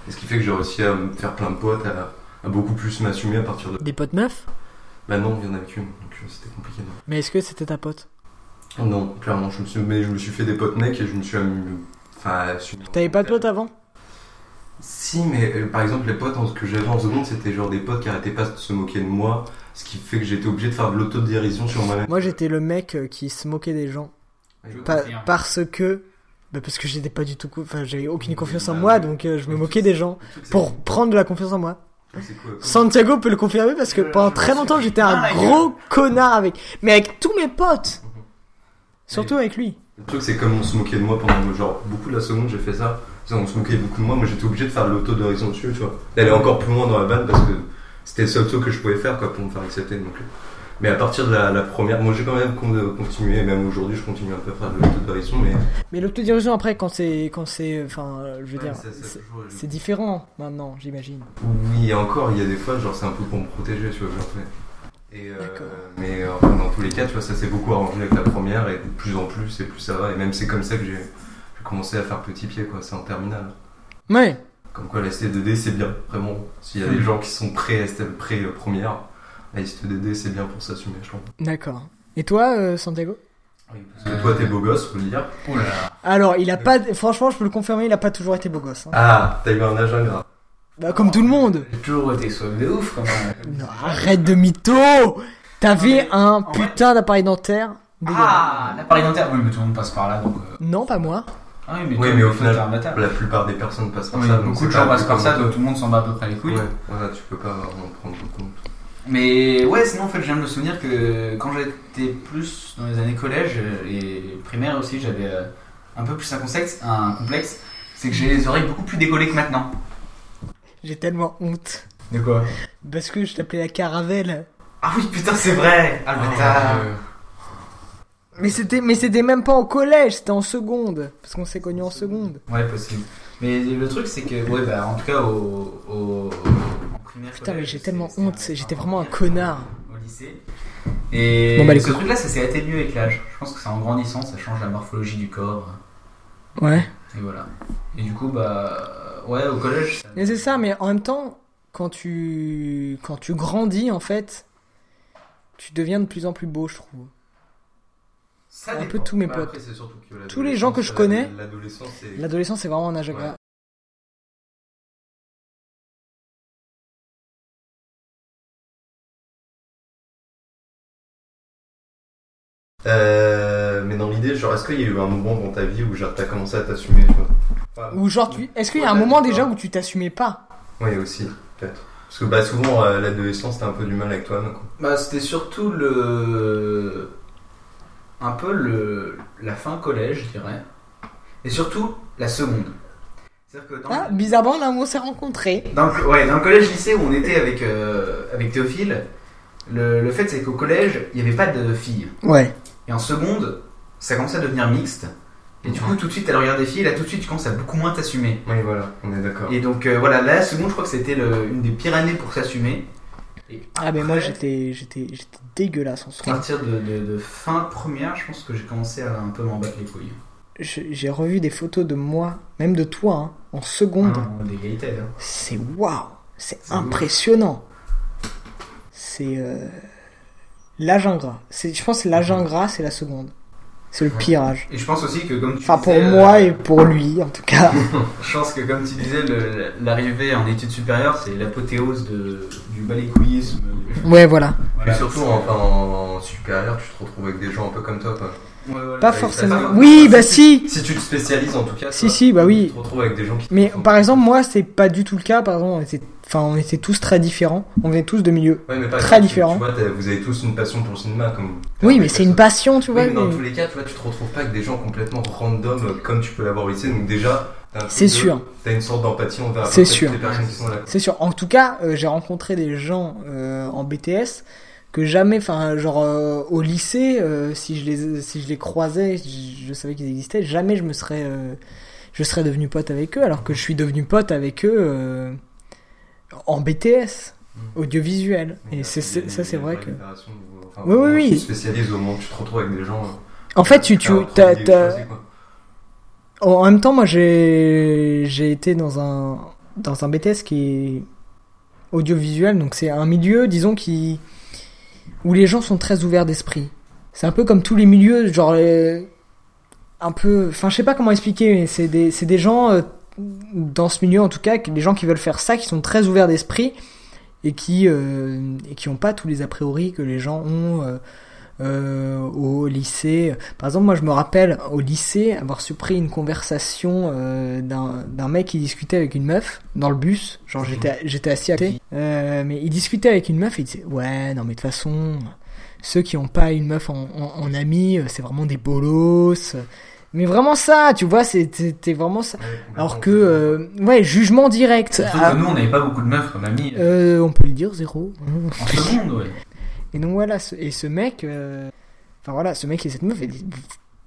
et ce qui fait que j'ai réussi à me faire plein de potes, à, à beaucoup plus m'assumer à partir de. Des potes meufs Bah non, il y en avait qu'une, donc euh, c'était compliqué. non. Mais est-ce que c'était ta pote Non, clairement, je me suis, mais je me suis fait des potes mecs et je me suis amu- Enfin, assumé. T'avais pas de pote avant Si, mais euh, par exemple, les potes en- que j'avais en seconde, c'était genre des potes qui arrêtaient pas de se moquer de moi, ce qui fait que j'étais obligé de faire de l'autodérision sur moi-même. Moi j'étais le mec euh, qui se moquait des gens. Je Pa- confirme. parce que. bah, parce que j'étais pas du tout. co- Enfin, j'avais aucune confiance en Bah, moi oui. donc euh, je me Oui, moquais c'est- des gens. Le truc, c'est- Pour prendre de la confiance en moi. le truc, c'est quoi, comme- Santiago peut le confirmer parce que Je- pendant je très me longtemps suis- j'étais Ah, un la gros connard avec. Mais avec tous mes potes Mhm. Surtout avec lui. Le truc, c'est comme on se moquait de moi pendant genre beaucoup de la seconde, j'ai fait ça. Ça, On se moquait beaucoup de moi, moi j'étais obligé de faire de l'autodérision dessus, tu vois. D'aller encore plus loin dans la vanne parce que c'était le seul truc que je pouvais faire quoi, pour me faire accepter. Donc... euh. Mais à partir de la, la première, moi j'ai quand même con- continué, même aujourd'hui je continue un peu à faire de l'autodérision, mais. Mais l'autodirigeant après quand c'est. Quand c'est. Enfin, euh, je veux Ouais, dire. ça, ça, c'est- toujours, je- C'est différent maintenant, j'imagine. Oui, et encore, il y a des fois, genre, c'est un peu pour me protéger, tu vois, genre, mais- Et, euh, D'accord. mais euh, enfin, dans tous les cas, tu vois, ça s'est beaucoup arrangé avec la première, et de plus en plus, et plus ça va, et même c'est comme ça que j'ai j'ai commencé à faire petit pied, quoi, c'est en terminale. Ouais Comme quoi, la ST2D, c'est bien, vraiment. S'il y a des gens qui sont pré-ST, pré-première, euh, la ST2D, c'est bien pour s'assumer, je pense. D'accord. Et toi, euh, Santiago Oui, parce Parce que que toi, t'es beau gosse, faut le dire. Oh là là. Alors, il a pas. Franchement, je peux le confirmer, il a pas toujours été beau gosse. hein. Ah, t'as eu un âge ingrat. Bah, comme tout le monde J'ai toujours été soif de ouf quand [laughs] même. Non, Arrête de mytho T'avais mais- un vrai- putain d'appareil dentaire Ah, l'appareil dentaire. Oui, mais tout le monde passe par là donc. euh, dégueulasse. Non, pas moi. Ah oui, mais, Oui, toi, mais au t'es final, un bâtard. La plupart des personnes passent par Oui, ça. donc beaucoup de c'est pas gens un peu passent par comme- ça, donc tout le monde s'en bat à peu près les couilles. Ouais, voilà, tu peux pas en prendre compte. Mais ouais, sinon en fait, je viens de me souvenir que quand j'étais plus dans les années collège et primaire aussi, j'avais euh, un peu plus un complexe, un complexe, c'est que j'ai les oreilles beaucoup plus décollées que maintenant. J'ai tellement honte. De quoi Parce que je t'appelais la caravelle. Ah oui, putain, c'est vrai Ah le bâtard euh, Mais c'était, mais c'était même pas en collège, c'était en seconde. Parce qu'on s'est connus en seconde. Ouais, possible. Mais le truc, c'est que, ouais, bah, en tout cas, au. au en primaire, Putain, mais collège, j'ai c'est- tellement c'est honte, un- c'est- j'étais vraiment un connard. Au lycée. Et Bon, bah, les ce couilles. truc-là, ça s'est atténué avec l'âge. Je pense que c'est en grandissant, ça change la morphologie du corps. Ouais. Et voilà. Et du coup, bah. Ouais, au collège. ça- Mais c'est ça, mais en même temps, quand tu, quand tu grandis, en fait, tu deviens de plus en plus beau, je trouve. Ça un dépend. peu tous mes Bah, potes. après, c'est surtout que euh, Tous les gens que je connais- L'adolescence, c'est. L'adolescence, c'est vraiment un âge Ouais. agréable. Euh, mais dans l'idée, genre, est-ce qu'il y a eu un moment dans ta vie où genre t'as commencé à t'assumer, tu vois Enfin, Ou genre, tu... est-ce qu'il y a un Ouais, moment d'accord. déjà où tu t'assumais pas Oui, aussi, peut-être. Parce que bah, souvent, à l'adolescence, t'as un peu du mal avec toi-même. quoi. Bah, c'était surtout le. Un peu le. La fin collège, je dirais. Et surtout, la seconde. C'est-à-dire que dans. Hein Bizarrement, là où on s'est rencontrés. Dans le, ouais, dans le collège lycée où on était avec, euh, avec Théophile, le, le fait c'est qu'au collège, il n'y avait pas de filles. Ouais. Et en seconde, ça commençait à devenir mixte. Et du coup, tout de suite, à la regarde des filles, là tout de suite, tu commences à beaucoup moins t'assumer. Oui, voilà, on est d'accord. Et donc euh, voilà, la seconde, je crois que c'était le- une des pires années pour s'assumer. Et Ah, mais moi, après, j'étais, j'étais, j'étais dégueulasse en À seconde. partir de, de- de fin première, je pense que j'ai commencé à un peu m'en battre les couilles. Je- J'ai revu des photos de moi, même de toi, hein, en seconde. Ah, on est d'égalité, là. C'est waouh, c'est C'est impressionnant. C'est euh, l'âge ingrat. C'est, je pense, que l'âge ingrat, c'est la seconde. C'est le pire âge. Et je pense aussi que comme tu Enfin, pour disais, moi euh, et pour lui, en tout cas. [laughs] Je pense que comme tu disais, le- l'arrivée en études supérieures, c'est l'apothéose de- du balécouillisme. Ouais, voilà. Et surtout, enfin, en, en supérieur, tu te retrouves avec des gens un peu comme toi, quoi. Pas ça- ça forcément. va. Oui, bah si. Si tu te spécialises, en tout cas. Si, toi, si, bah oui. Tu te retrouves avec des gens qui. Mais par exemple, moi, c'est pas du tout le cas. Par exemple, on était, enfin, on était tous très différents. On venait tous de milieux. Ouais, mais par très exemple, tu- différents. Tu vois, t'as- vous avez tous une passion pour le cinéma, comme. Oui, mais c'est une passion. passion, tu vois. mais dans mais- tous les cas, tu vois, tu te retrouves pas avec des gens complètement random euh, comme tu peux l'avoir au lycée. Donc déjà, t'as un peu C'est de- sûr. T'as une sorte d'empathie envers C'est peut-être sûr. les personnes qui sont là. C'est sûr. En tout cas, euh, j'ai rencontré des gens euh, en BTS que jamais, enfin, genre euh, au lycée, euh, si je les, si je les croisais, je, je savais qu'ils existaient, jamais je me serais, euh, je serais devenu pote avec eux, alors que je suis devenu pote avec eux euh, en BTS, audiovisuel. Mmh. Et c'est- c'est- ça, c'est vrai que. Oui, oui, oui. Tu te spécialises au moment où tu te retrouves avec des gens. euh, En fait, tu, tu, faire apprendre t'as- des t'as- choses, quoi. Oh, En en même temps, moi, j'ai j'ai été dans un dans un BTS qui est audiovisuel, donc c'est un milieu, disons, qui où les gens sont très ouverts d'esprit. C'est un peu comme tous les milieux, genre les- un peu, enfin, je sais pas comment expliquer, mais c'est des c'est des gens euh, dans ce milieu, en tout cas, que les gens qui veulent faire ça, qui sont très ouverts d'esprit et qui euh, et qui ont pas tous les a priori que les gens ont. euh, euh, au lycée. Par exemple, moi, je me rappelle au lycée avoir surpris une conversation euh, d'un d'un mec qui discutait avec une meuf dans le bus. Genre, j'étais j'étais assis à côté. Euh, mais il discutait avec une meuf et il disait ouais, non mais de toute façon, ceux qui ont pas une meuf en, en, en ami, euh, c'est vraiment des bolos. Mais vraiment ça, tu vois, c'est- c'était vraiment ça. Ouais, complètement. Alors que, euh, ouais, jugement direct. Surtout Ah, que nous, on n'avait pas beaucoup de meufs comme amis. euh, on peut le dire, zéro. [laughs] En seconde, ouais. Et donc voilà, ce- et ce mec, euh, enfin voilà, ce mec et cette meuf, elle est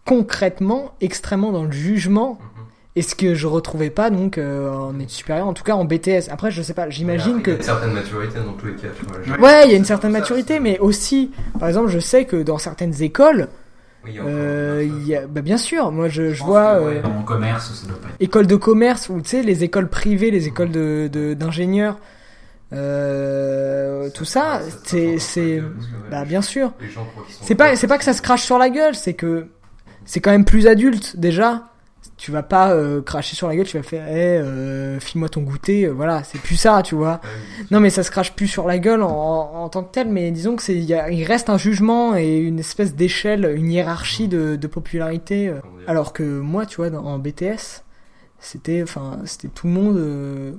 concrètement extrêmement dans le jugement. Mhm. Et ce que je retrouvais pas donc euh, en études supérieures, en tout cas en BTS. Après, je sais pas, j'imagine Il y a que. Une certaine maturité dans tous les cas. tu vois, les gens- Ouais, il y a une certaine Ça, maturité, c'est- mais aussi, par exemple, je sais que dans certaines écoles, Oui, il y a encore euh, une autre- il y a- bah, bien sûr, moi je, je pense vois. que, ouais, euh, Dans mon commerce, ça doit pas être. écoles de commerce ou tu sais les écoles privées, les écoles de de- d'ingénieurs, euh, tout ça, ouais, c'est change pas c'est de gueule, parce que, ouais, bah bien sûr. les gens croient qu'ils sont C'est pas, forts, c'est pas que ça se crache sur la gueule, c'est que c'est quand même plus adulte déjà. Tu vas pas euh, cracher sur la gueule, tu vas faire, eh, euh, file-moi ton goûter, euh, voilà, c'est plus ça, tu vois. Ouais, oui. Non, mais ça se crache plus sur la gueule en, en- en tant que tel, mais disons que c'est, il y a- il reste un jugement et une espèce d'échelle, une hiérarchie de, de popularité. euh. Comment dire Alors que moi, tu vois, dans- en BTS, c'était, enfin, c'était tout le monde. euh,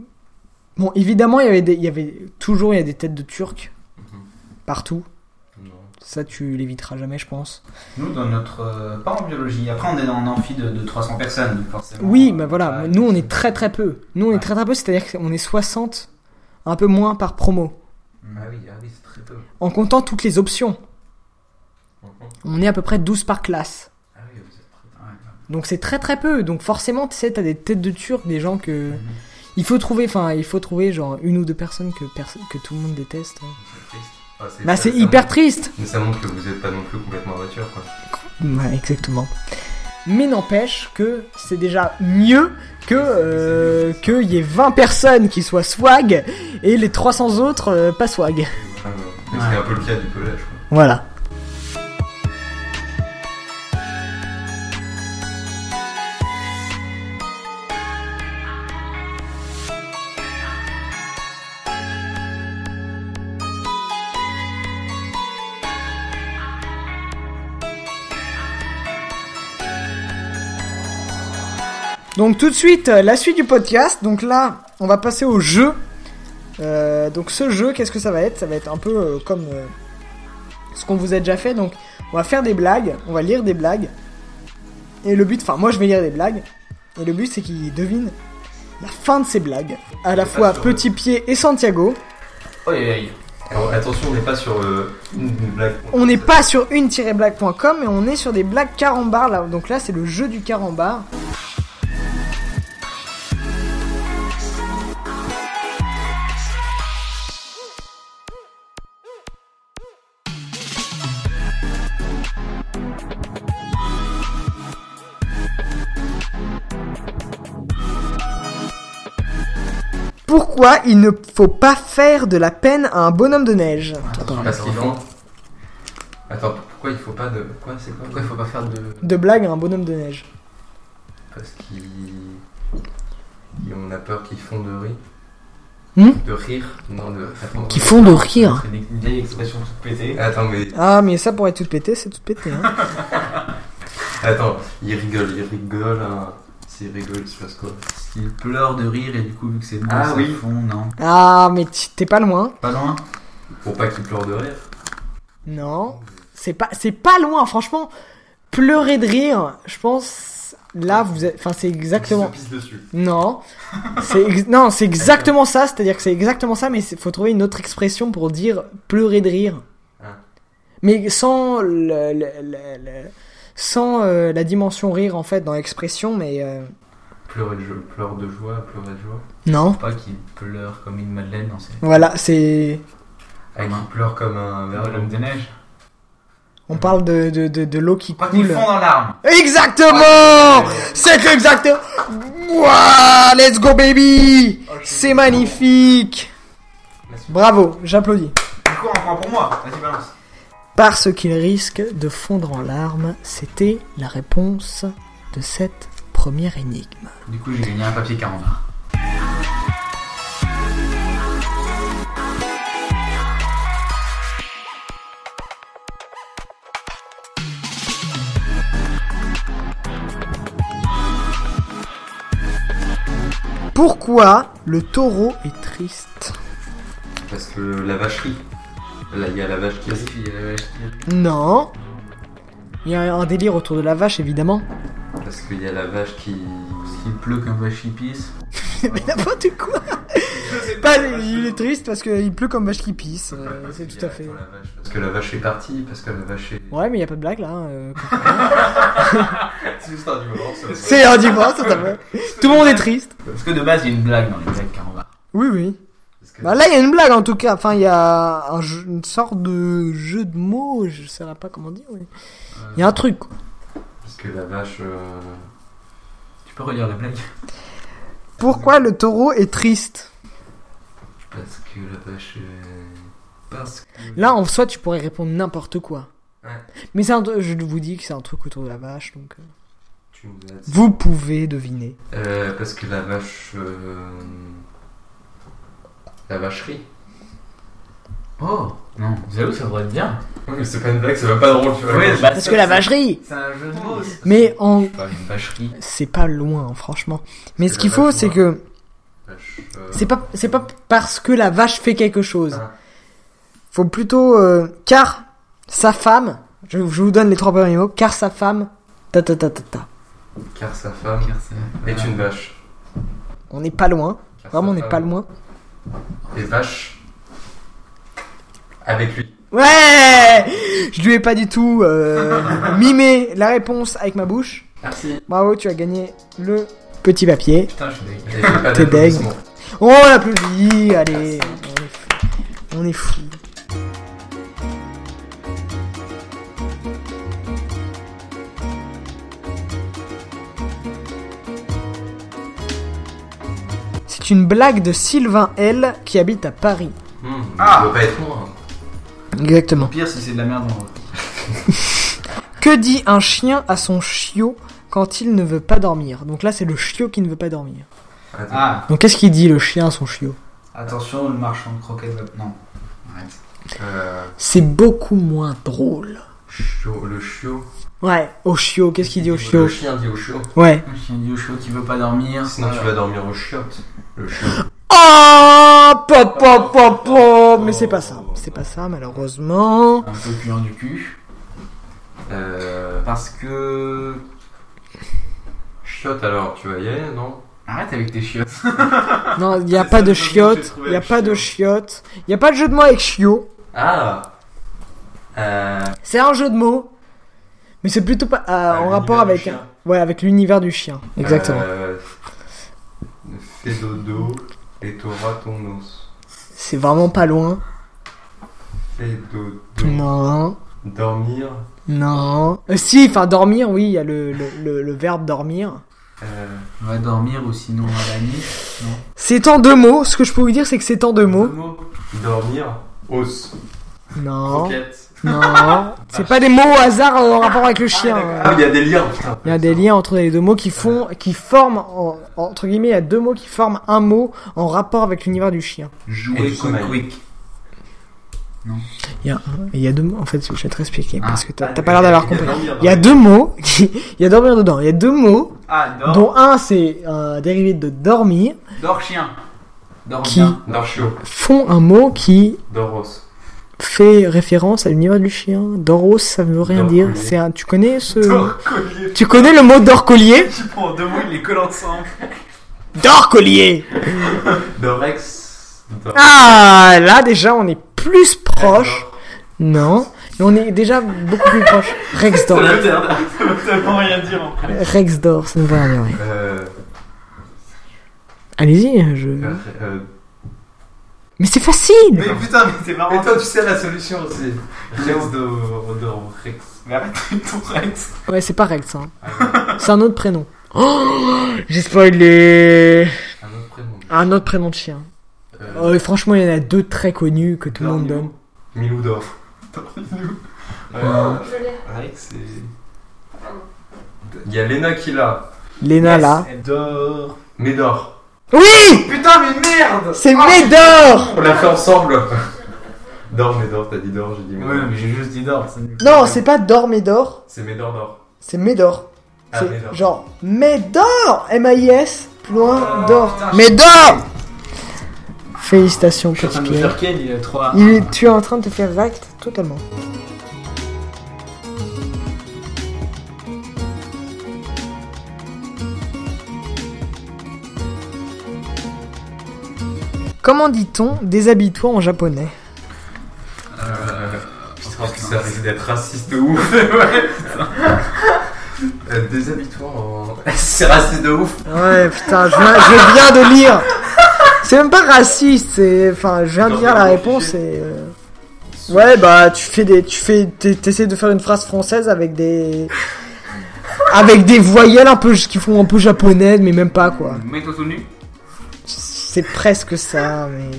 Bon, évidemment, il y avait, des, il y avait toujours, il y a des têtes de Turcs Mhm. partout. Non. Ça, tu l'éviteras jamais, je pense. Nous, dans notre. euh, pas en biologie. Après, on est dans un amphi de, de 300 personnes, donc forcément. Oui, euh, mais pas- voilà, nous on est très très peu. Nous on est très très peu, c'est-à-dire qu'on est 60, un peu moins par promo. Ah oui, ah oui, c'est très peu. En comptant toutes les options, on est à peu près 12 par classe. Ah oui, vous êtes très Ouais, ouais. Donc c'est très très peu. Donc forcément, tu sais, t'as des têtes de turc, des gens que. Il faut trouver, enfin, il faut trouver genre une ou deux personnes que, perso- que tout le monde déteste. C'est triste. Ah, Bah c'est ça- hyper triste Mais ça montre que vous n'êtes pas non plus complètement voiture, quoi. Ah, Ouais, exactement. Mais n'empêche que c'est déjà mieux que euh, qu'il y ait 20 personnes qui soient swag et les 300 autres euh, pas swag. Ah, ouais. Mais C'était un peu le cas du collège, quoi. Voilà. Donc tout de suite, euh, la suite du podcast. Donc là, on va passer au jeu. Euh, donc ce jeu, qu'est-ce que ça va être Ça va être un peu euh, comme euh, ce qu'on vous a déjà fait. Donc on va faire des blagues, on va lire des blagues. Et le but, enfin moi je vais lire des blagues. Et le but c'est qu'ils devinent la fin de ces blagues. À la C'est fois pas sûr. Petit Pied et Santiago. Oh, aïe, aïe. Alors attention, on n'est pas sur euh, une une blague. On n'est pas sur une-blague.com mais on est sur des blagues carambar là. Donc là c'est le jeu du carambar. Pourquoi il ne faut pas faire de la peine à un bonhomme de neige Attends. Parce qu'ils font. Attends, pourquoi il faut pas de. Quoi, c'est quoi Pourquoi il faut pas faire de. De blague à un bonhomme de neige. Parce qu'ils. ils- On a peur qu'ils font de rire. Hmm de rire Non, de. Attends, Qui font de rire. C'est une une vieille expression toute pétée. Attends, mais. Ah, mais ça pour être tout pété, c'est tout pété. Hein. [laughs] Attends, il rigole, il rigole. Hein. S'il rigole, il se passe quoi Il pleure de rire et du coup, vu que c'est bon, Ah ça oui. fond, non. ah, mais t- t'es pas loin. Pas loin. Pour pas qu'il pleure de rire. Non, c'est pas, c'est pas loin, franchement. Pleurer de rire, je pense. Là, vous, êtes- enfin, c'est exactement. Il se pisse dessus. Non, c'est ex- non, c'est exactement ça. C'est-à-dire que c'est exactement ça, mais c'est- faut trouver une autre expression pour dire pleurer de rire. Ah. Mais sans le, le- le- le- sans euh, la dimension rire en fait dans l'expression, mais euh, Pleurer de, jo- pleure de joie, pleurer de joie. non. Pas qu'il pleure comme une madeleine, non, c'est. Voilà, c'est. Ah, Comme un- qui pleure comme un Vers verre l'homme des neiges. On parle de, de, de, de l'eau qui Pas qu'il coule. fond dans l'arme. Exactement C'est exactement Ouah, Let's go baby C'est magnifique Bravo, j'applaudis. Du coup, on prend pour moi. Vas-y, balance. Parce qu'il risque de fondre en larmes, c'était la réponse de cette première énigme. Du coup, j'ai gagné un papier 40. Pourquoi le taureau est triste Parce que la vacherie. Là, il y a la vache qui Vas-y, puis, euh, je- Non. Il y a un délire autour de la vache, évidemment. [laughs] Parce qu'il y a la vache qui. Il pleut comme vache pisse. Mais n'importe quoi Pas, Il est triste parce qu'il pleut comme vache qui pisse. euh, Parce C'est qu'il y tout à a- fait. attends, la vache- Parce que la vache est partie, parce que la vache est. Ouais, mais il y a pas de blague là. euh, C'est juste un divorce. C'est un divorce, ça va. [laughs] Tout le monde est triste. Parce que de base, il y a une blague dans les blagues 40. Oui, oui. Parce que- Bah là, il y a une blague en tout cas. Enfin, il y a un jeu- une sorte de jeu de mots. Je sais pas comment dire. mais Euh, Il y a un truc. quoi. Parce que la vache. euh, Tu peux relire la blague Pourquoi le taureau est triste Parce que la vache. euh, Parce que. Là, en soi, tu pourrais répondre n'importe quoi. Ouais. Mais c'est un, je vous dis que c'est un truc autour de la vache, donc euh, Tu nous as dit. vous pouvez deviner. Euh, parce que la vache. euh, La vacherie. [laughs] Oh Non, j'avoue, ça devrait être bien. Oui, mais c'est pas une blague, c'est même pas drôle, tu vois. Ouais, bah, Parce ça, que la c'est- vacherie. C'est un jeu de mots. c'est- Mais en, Pas une vacherie. c'est pas loin, hein, franchement. Mais C'est ce la qu'il faut, vache c'est noire. que Vache, euh, c'est pas, c'est pas parce que la vache fait quelque chose. Ah. Faut plutôt euh, car sa femme. Je, je vous donne les trois premiers mots. Car sa femme. Ta ta ta ta ta. Car sa femme est une vache. On n'est pas loin. Car sa Vraiment, on n'est femme pas loin. Est vache. Avec lui. Ouais Je lui ai pas du tout [laughs] euh, mimé la réponse avec ma bouche. Merci. Bravo, tu as gagné le petit papier. Putain, je suis dégueu. [laughs] J'avais pas T'es d'applaudissements. On l'applaudit, allez On est fou. C'est une blague de Sylvain L qui habite à Paris. Hmm, Ah. Ça doit pas être hein. moi. Exactement. Pire si c'est de la merde en Que dit un chien à son chiot quand il ne veut pas dormir Donc là, c'est le chiot qui ne veut pas dormir. Attends. Ah, Donc qu'est-ce qu'il dit le chien à son chiot attention, le marchand de croquettes va. Non. Arrête. Euh, C'est beaucoup moins drôle. chiot- le chiot. Ouais, au chiot, qu'est-ce qu'il dit au Le chiot chien dit au chiot. Ouais. Un chien dit au chaud qui veut pas dormir. Sinon, tu vas Voilà. dormir au chiottes. Le chiot. Oh pop, pop, pop, pop. Mais c'est pas ça, c'est pas ça malheureusement. Un peu puant du cul. Euh, Parce que. chiottes alors, tu vas y aller, non Arrête avec tes chiottes. Non, il y a C'est pas Ah, ça, de le jeu que j'ai chiotte, trouvé il y a avec pas de chiotte, il y a pas de jeu de mots avec chiot. Ah euh, C'est un jeu de mots, mais c'est plutôt pas ah, Ah, en l'univers rapport du avec chien. ouais avec l'univers du chien. Exactement. Euh, fais dodo et t'auras ton os. C'est vraiment pas loin. Fais dodo. Non, Dormir. non. Euh, si, enfin dormir, oui, il y a le, le, le- le verbe dormir. Euh, Va dormir ou sinon à la nuit. C'est en deux mots. Ce que je peux vous dire, c'est que c'est en deux mots. dormir. Os. Non, Croquette. [laughs] non. C'est pas des mots au hasard euh, en rapport avec le chien. hein. Ah, il y a des liens, putain. Il y a des liens entre les deux mots qui font, qui forment, en- entre guillemets, il y a deux mots qui forment un mot en rapport avec l'univers du chien. Et Jouer du sommeil. quick quick. Et il y a deux mots, en fait, je vais te réexpliquer parce que t'as Ah, t'as pas l'air d'avoir il y a compris. dormir dans Il y a les- deux mots, qui- [laughs] il y a dormir dedans, il y a deux mots, Ah, dors. dont un c'est un dérivé de dormir, Dors chien. Dors Qui bien. Dors chiot. font un mot qui Dors os. fait référence à l'univers du chien. Doros, ça veut rien dire. Dorcollier. C'est un, tu connais ce, Dors collier. tu connais le mot dorcollier? Tu prends deux mots, il les colle ensemble. Dorcollier! Dorex. Dor- Ah, là, déjà, on est plus proche. Non. Mais on est déjà beaucoup plus proche. Rexdor. Ça veut dire- ça veut tellement rien dire hein. en fait. Rexdor, ça ne veut rien dire. oui. Euh, Allez-y, je... euh, euh, Mais c'est facile Mais putain, mais c'est Et marrant. toi, tu sais la solution aussi. Non. Rex de, de Rex. Mais arrête [laughs] avec ton Rex. Ouais, c'est pas Rex, hein. Ah ouais, C'est un autre prénom. Oh J'ai spoilé un autre prénom. Un autre prénom de chien. Euh, Oh, et franchement, il y en a deux très connus que tout le monde donne. Dormilou. Milou d'or. Euh, Rex et. Il y a Lena qui l'a. Léna, là. Elle dort. Médor. Oui Putain, mais merde C'est Médor On l'a fait ensemble. Dor, Médor, t'as dit Dor, j'ai dit Médor. Ouais, mais j'ai juste dit dors. Non, c'est pas Dor Médor, C'est Médor d'or. c'est Médor. Ah, C'est Médor. genre Médor M-A-I-S, plus loin, Oh, Dor. putain, je- Médor Félicitations, Je suis en train petit de me Pierre. faire Ken, il a 3. Il est- tu es en train de te faire vact totalement. Comment dit-on déshabille-toi en japonais Euh, je pense que ça risque d'être raciste de ouf. [laughs] Ouais. Euh, Déshabille-toi en. [laughs] C'est raciste de ouf. Ouais, putain, je viens, je viens de lire. C'est même pas raciste, c'est. Enfin, je viens de Non, lire mais la bon, réponse fiché. et. euh, Ouais, bah, tu fais des. Tu fais. t'es- T'essayes de faire une phrase française avec des. Avec des voyelles un peu. qui font un peu japonaises, mais même pas quoi. Mets-toi tout nu. C'est presque ça, mais.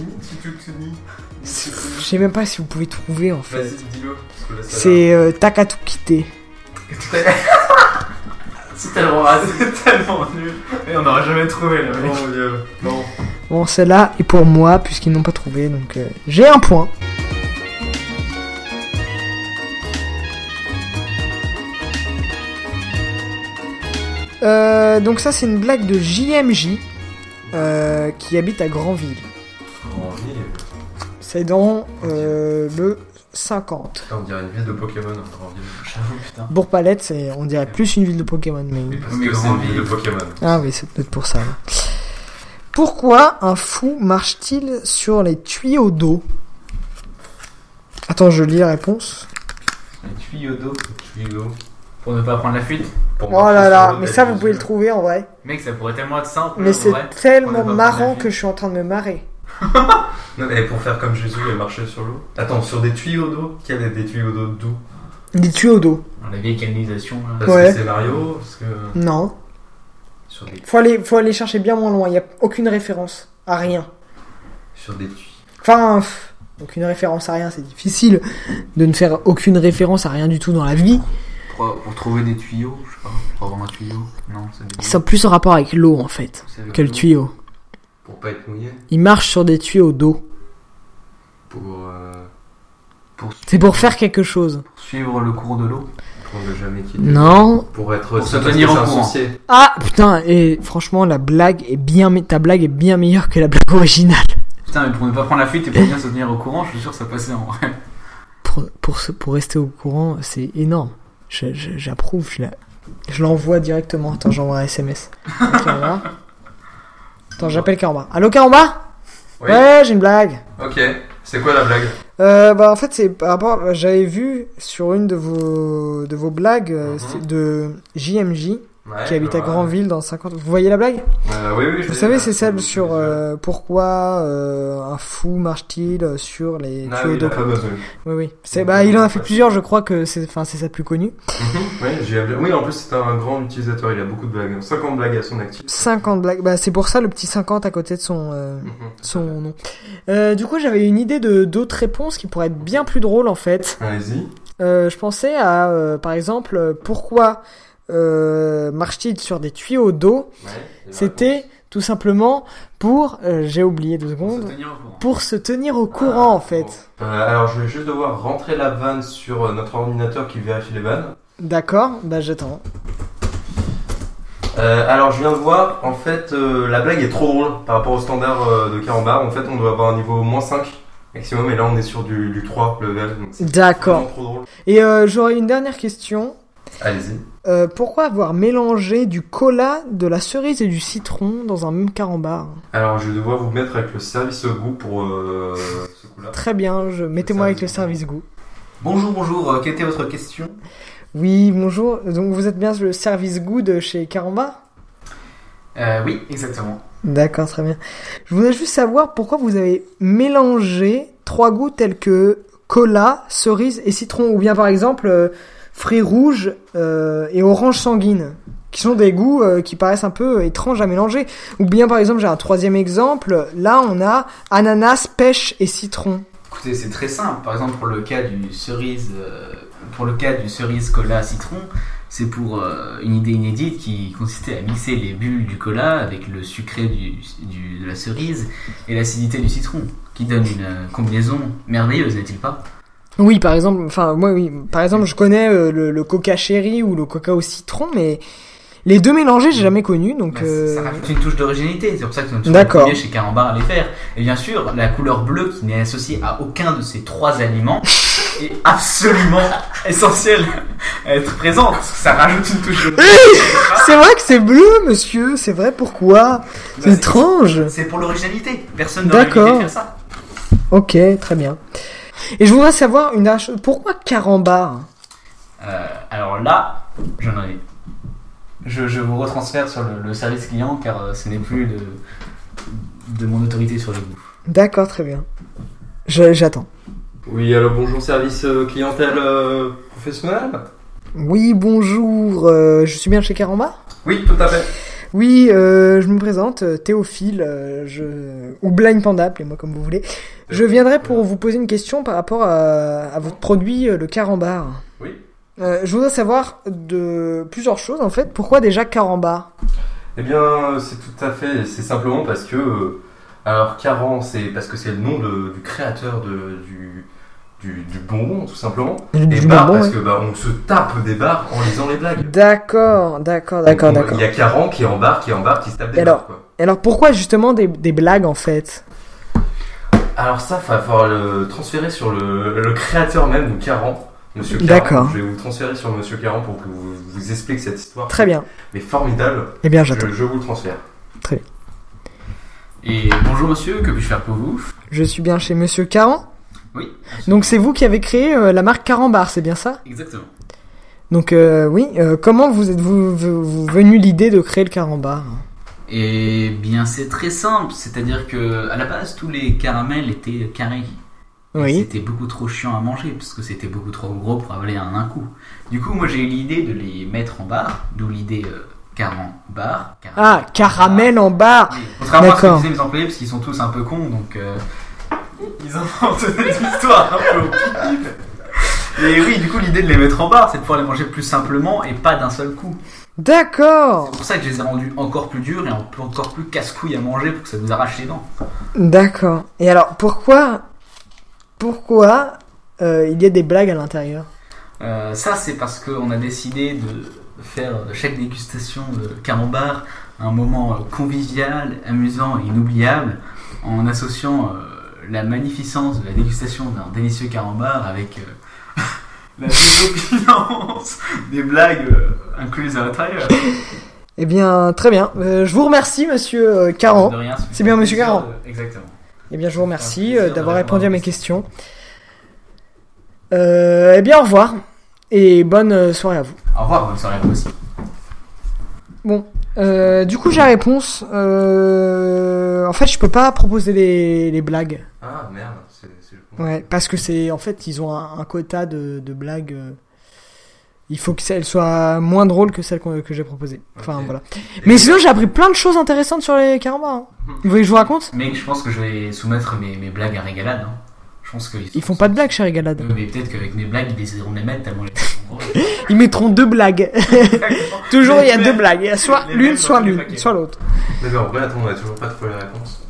c'est- [laughs] Je sais même pas si vous pouvez trouver en fait. Vas-y, dis-le. parce que là, ça va. C'est euh, Takatukite. C'est tellement [laughs] raciste, c'est tellement nul. Et on n'aurait jamais trouvé là. Oh mon dieu. Non. Bon, celle-là est pour moi, puisqu'ils n'ont pas trouvé, donc euh, j'ai un point. Euh, donc ça c'est une blague de JMJ euh, qui habite à Granville. Oh, on y est. C'est dans euh, le 50. Putain, On dirait une ville de Pokémon. hein, en ville. J'avoue, putain. Bourg-Palette c'est on dirait plus une ville de Pokémon mais... Mais parce Mais que c'est grand une ville de ville. Pokémon. Ah oui c'est peut-être pour ça. Pourquoi un fou marche-t-il sur les tuyaux d'eau Attends, je lis la réponse. Les tuyaux d'eau Tuyau. pour ne pas prendre la fuite. Pour Oh là marcher là, sur mais la ça vous piste. pouvez le trouver en vrai. Mec, ça pourrait tellement être simple. Mais en c'est vrai. On est tellement pas marrant convaincu. que je suis en train de me marrer. Non, mais pour faire comme Jésus et marcher sur l'eau. Attends, sur des tuyaux d'eau Quel est des tuyaux d'eau d'où Des tuyaux d'eau. La vieille canalisation. là. Parce Ouais. que c'est Mario Parce que. Non. Sur des, Faut aller, faut aller chercher bien moins loin. Il n'y a aucune référence à rien. sur des tuyaux. Enfin, pff, aucune référence à rien. C'est difficile de ne faire aucune référence à rien du tout dans la vie. Pour, pour trouver des tuyaux, je sais pas. Pour avoir un tuyau. Non, c'est des- Ils sont plus en rapport avec l'eau en fait c'est que le tuyau. Pour pas être mouillé. Ils marchent sur des tuyaux d'eau. Pour. euh, Pour, C'est pour faire quelque chose. pour suivre le cours de l'eau. pour ne jamais quitter. Non. Pour être. Pour se parce que tenir c'est au un courant. sorcier. Ah putain, et franchement, la blague est bien, me- ta blague est bien meilleure que la blague originale. Putain, mais pour ne pas prendre la fuite et pour bien se tenir au courant, je suis sûr que ça passait en vrai. Pour, pour, se- pour rester au courant, c'est énorme. Je- je- J'approuve, je, la- je l'envoie directement. Attends, j'envoie un SMS. à Karamba. Attends, j'appelle Karamba. Allô Karamba Oui. Ouais, j'ai une blague. Ok. C'est quoi la blague Euh, bah en fait c'est par rapport j'avais vu sur une de vos de vos blagues euh, Mhm. c'est de JMJ Ouais, qui habite à ouais. Grandville dans 50 vous voyez la blague Euh, oui, oui, je Vous l'ai, savez, là, c'est celle je- sur euh, pourquoi euh, un fou marche-t-il sur les Ah tuyaux oui, d'eau. la fameuse, oui. Oui, oui. C'est, bah, il en a fait plusieurs, je crois que c'est, enfin, c'est sa plus connue. Mhm. [laughs] Ouais, j'ai- oui, en plus, c'est un grand utilisateur, il a beaucoup de blagues. 50 blagues à son actif. 50 blagues. Bah, c'est pour ça le petit 50 à côté de son, euh, Mhm. son nom. Euh, du coup, j'avais une idée de d'autres réponses qui pourraient être bien plus drôles en fait. Allez-y. Euh, je pensais à, euh, par exemple, euh, pourquoi euh, marche-t-il sur des tuyaux d'eau C'était tout simplement pour, euh, j'ai oublié deux Pour se secondes, tenir au courant. pour se tenir au courant en fait. Euh, alors, je vais juste devoir rentrer la vanne sur euh, notre ordinateur qui vérifie les vannes. D'accord, bah j'attends. Euh, alors, je viens de voir, en fait, euh, la blague est trop drôle par rapport au standard euh, de Carambar. En fait, on doit avoir un niveau moins 5 maximum, et là, on est sur du, du 3 level. Donc c'est D'accord. vraiment trop drôle. Et euh, j'aurais une dernière question. Allez-y. Euh, pourquoi avoir mélangé du cola, de la cerise et du citron dans un même carambar Alors, je vais devoir vous mettre avec le service au goût pour euh, ce coup-là. Très bien, je... mettez-moi avec le service goût. Bonjour, bonjour, euh, quelle était votre question Oui, bonjour. Donc vous êtes bien le service goût de chez Carambar euh, Oui, exactement. D'accord, très bien. Je voulais juste savoir pourquoi vous avez mélangé trois goûts tels que cola, cerise et citron, ou bien par exemple euh, fruits rouges euh, et orange sanguine, qui sont des goûts euh, qui paraissent un peu euh, étranges à mélanger. Ou bien par exemple, j'ai un troisième exemple, là on a ananas, pêche et citron. Écoutez, c'est très simple. Par exemple, pour le cas du cerise, euh, pour le cas du cerise cola citron, c'est pour euh, une idée inédite qui consistait à mixer les bulles du cola avec le sucré du, du- de la cerise et l'acidité du citron, qui donne une euh, combinaison merveilleuse, n'est-il pas Oui, par exemple, enfin moi oui, par exemple je connais euh, le, le coca chéri ou le coca au citron, mais les deux mélangés j'ai jamais connu, donc... Bah, c'est- Ça euh, rajoute une touche d'originalité. C'est pour ça que nous sommes toujours les D'accord. premiers chez Carambar à les faire. Et bien sûr, la couleur bleue qui n'est associée à aucun de ces trois aliments est absolument [laughs] essentielle à être présente. parce que Ça rajoute une touche de C'est vrai que c'est bleu, monsieur. C'est vrai, pourquoi C'est Bah, étrange. C'est pour l'originalité. Personne n'aurait l'idée D'accord. de faire ça. Ok, très bien. Et je voudrais savoir une dernière chose. Pourquoi carambar Euh, alors là, j'en ai. Je, je vous retransfère sur le, le service client car euh, ce n'est plus de, de mon autorité sur le goût. D'accord, très bien. Je- J'attends. Oui, alors bonjour, service euh, clientèle euh, professionnel Oui, bonjour. euh, je suis bien chez Carambar Oui, tout à fait. Oui, euh, je me présente, euh, Théophile, euh, je... ou Blind Panda, appelez-moi comme vous voulez. Euh, Je viendrai pour vous poser une question par rapport à, à votre produit, euh, le carambar. Oui. Euh, je voudrais savoir de plusieurs choses en fait. Pourquoi déjà carambar Eh bien, c'est tout à fait, c'est simplement parce que. euh, alors, Caran, c'est parce que c'est le nom de- du créateur de, du, du, du bonbon, tout simplement. Et bar, bonbon, parce ouais. que bah, on se tape des bars en lisant les blagues. D'accord, d'accord, d'accord, Donc, on- d'accord. Il y a Caran qui est en bar, qui est en bar, qui se tape des Et barres, quoi. Et alors pourquoi justement des, des blagues en fait Alors, ça, il va falloir le transférer sur le, le créateur même de Caran. Monsieur Caran. D'accord. Je vais vous transférer sur Monsieur Caran pour que vous, vous explique cette histoire. Très bien. Mais formidable. Eh bien Je, j'attends. je vous le transfère. Et bonjour monsieur, que puis-je faire pour vous Je suis bien chez Monsieur Caran Oui. absolument. Donc c'est vous qui avez créé euh, la marque Carambar, c'est bien ça Exactement. Donc euh, oui, euh, comment vous êtes-vous vous- vous venu l'idée de créer le Carambar Eh bien, c'est très simple, c'est-à-dire que à la base, tous les caramels étaient carrés. Et Oui. C'était beaucoup trop chiant à manger parce que c'était beaucoup trop gros pour avaler en un coup. Du coup, moi j'ai eu l'idée de les mettre en barre, d'où l'idée euh, caran bar. caram- Ah, caramel en barre Oui, Contrairement à ce que D'accord. disaient mes employés, parce qu'ils sont tous un peu cons, donc euh, ils inventent [laughs] des histoires un peu au pif. Et oui, du coup, l'idée de les mettre en barre, c'est de pouvoir les manger plus simplement et pas d'un seul coup. D'accord C'est pour ça que je les ai rendus encore plus durs et un peu- encore plus casse-couilles à manger pour que ça vous arrache les dents. D'accord. Et alors, pourquoi... Pourquoi euh, il y a des blagues à l'intérieur Euh, ça, c'est parce qu'on a décidé de faire de chaque dégustation de carambar un moment euh, convivial, amusant et inoubliable en associant euh, la magnificence de la dégustation d'un délicieux carambar avec euh, [laughs] la désobéissance des blagues euh, incluses à l'intérieur. Eh bien, très bien. Euh, je vous remercie, monsieur euh, Caran. De rien, ça fait C'est bien, monsieur plaisir Caron. de- Exactement. Eh bien, je vous Un remercie plaisir euh, de d'avoir répondre répondu à à mes vos questions. Euh, eh bien, au revoir. Et bonne euh, soirée à vous. Au revoir, bonne soirée à vous aussi. Euh, du coup, j'ai la réponse. Euh, en fait, je peux pas proposer les, les blagues. Ah merde, c'est c'est le con. Ouais, parce que c'est. En fait, ils ont un, un quota de, de blagues. euh, Il faut que celles soient moins drôles que celles qu'on- que j'ai proposées. Enfin, Ok. voilà. Mais sinon, j'ai appris plein de choses intéressantes sur les carambars. [laughs] hein. Vous voulez que je vous raconte Mais je pense que je vais soumettre mes, mes blagues à régalade. hein. Je pense qu'ils Ils font pas de blagues, chez Galade. Oui, Mais peut-être qu'avec mes blagues, ils décideront de les mettre tellement les Ils mettront deux blagues. [laughs] Toujours, il y a deux blagues. Soit les mêmes l'une, dans soit tous les l'une, paquets. soit l'autre. Non, mais en vrai, attends, on a toujours pas trouvé la réponse.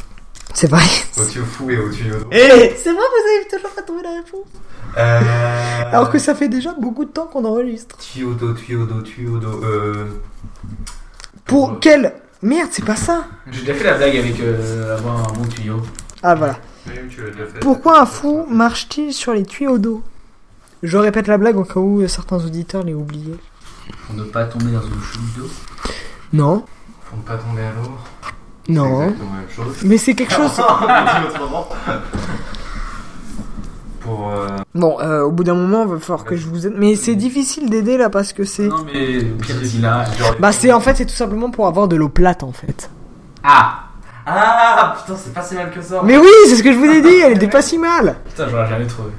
C'est vrai. Au tuyau et au tuyau d'eau. [laughs] Et c'est vrai, vous avez toujours pas trouvé la réponse. Bah Euh, Alors que ça fait déjà beaucoup de temps qu'on enregistre. Tuyau d'eau, tuyau d'eau, tuyau d'eau. Euh. Bah Pour quelle Merde, c'est pas ça. J'ai déjà fait la blague avec euh, avoir un bon tuyau. Ah voilà. Même tu l'as déjà fait. Pourquoi un fou marche-t-il sur les tuyaux d'eau Je répète la blague au cas où certains auditeurs l'aient oubliée. Pour ne pas tomber dans une chute d'eau. Non, Pour ne pas tomber à l'eau. C'est non. exactement la même chose. [laughs] Mais c'est quelque [laughs] chose. Dit autrement. Pour. Euh... Bon, euh, au bout d'un moment, il va falloir que je vous aide. Mais c'est difficile d'aider là parce que c'est. Non, mais euh, pire si là. genre- Bah, c'est en fait, c'est tout simplement pour avoir de l'eau plate en fait. Ah Ah Putain, c'est pas si mal que ça. Mais oui, c'est ce que je vous ai dit, elle était pas si mal. Putain, j'aurais jamais trouvé.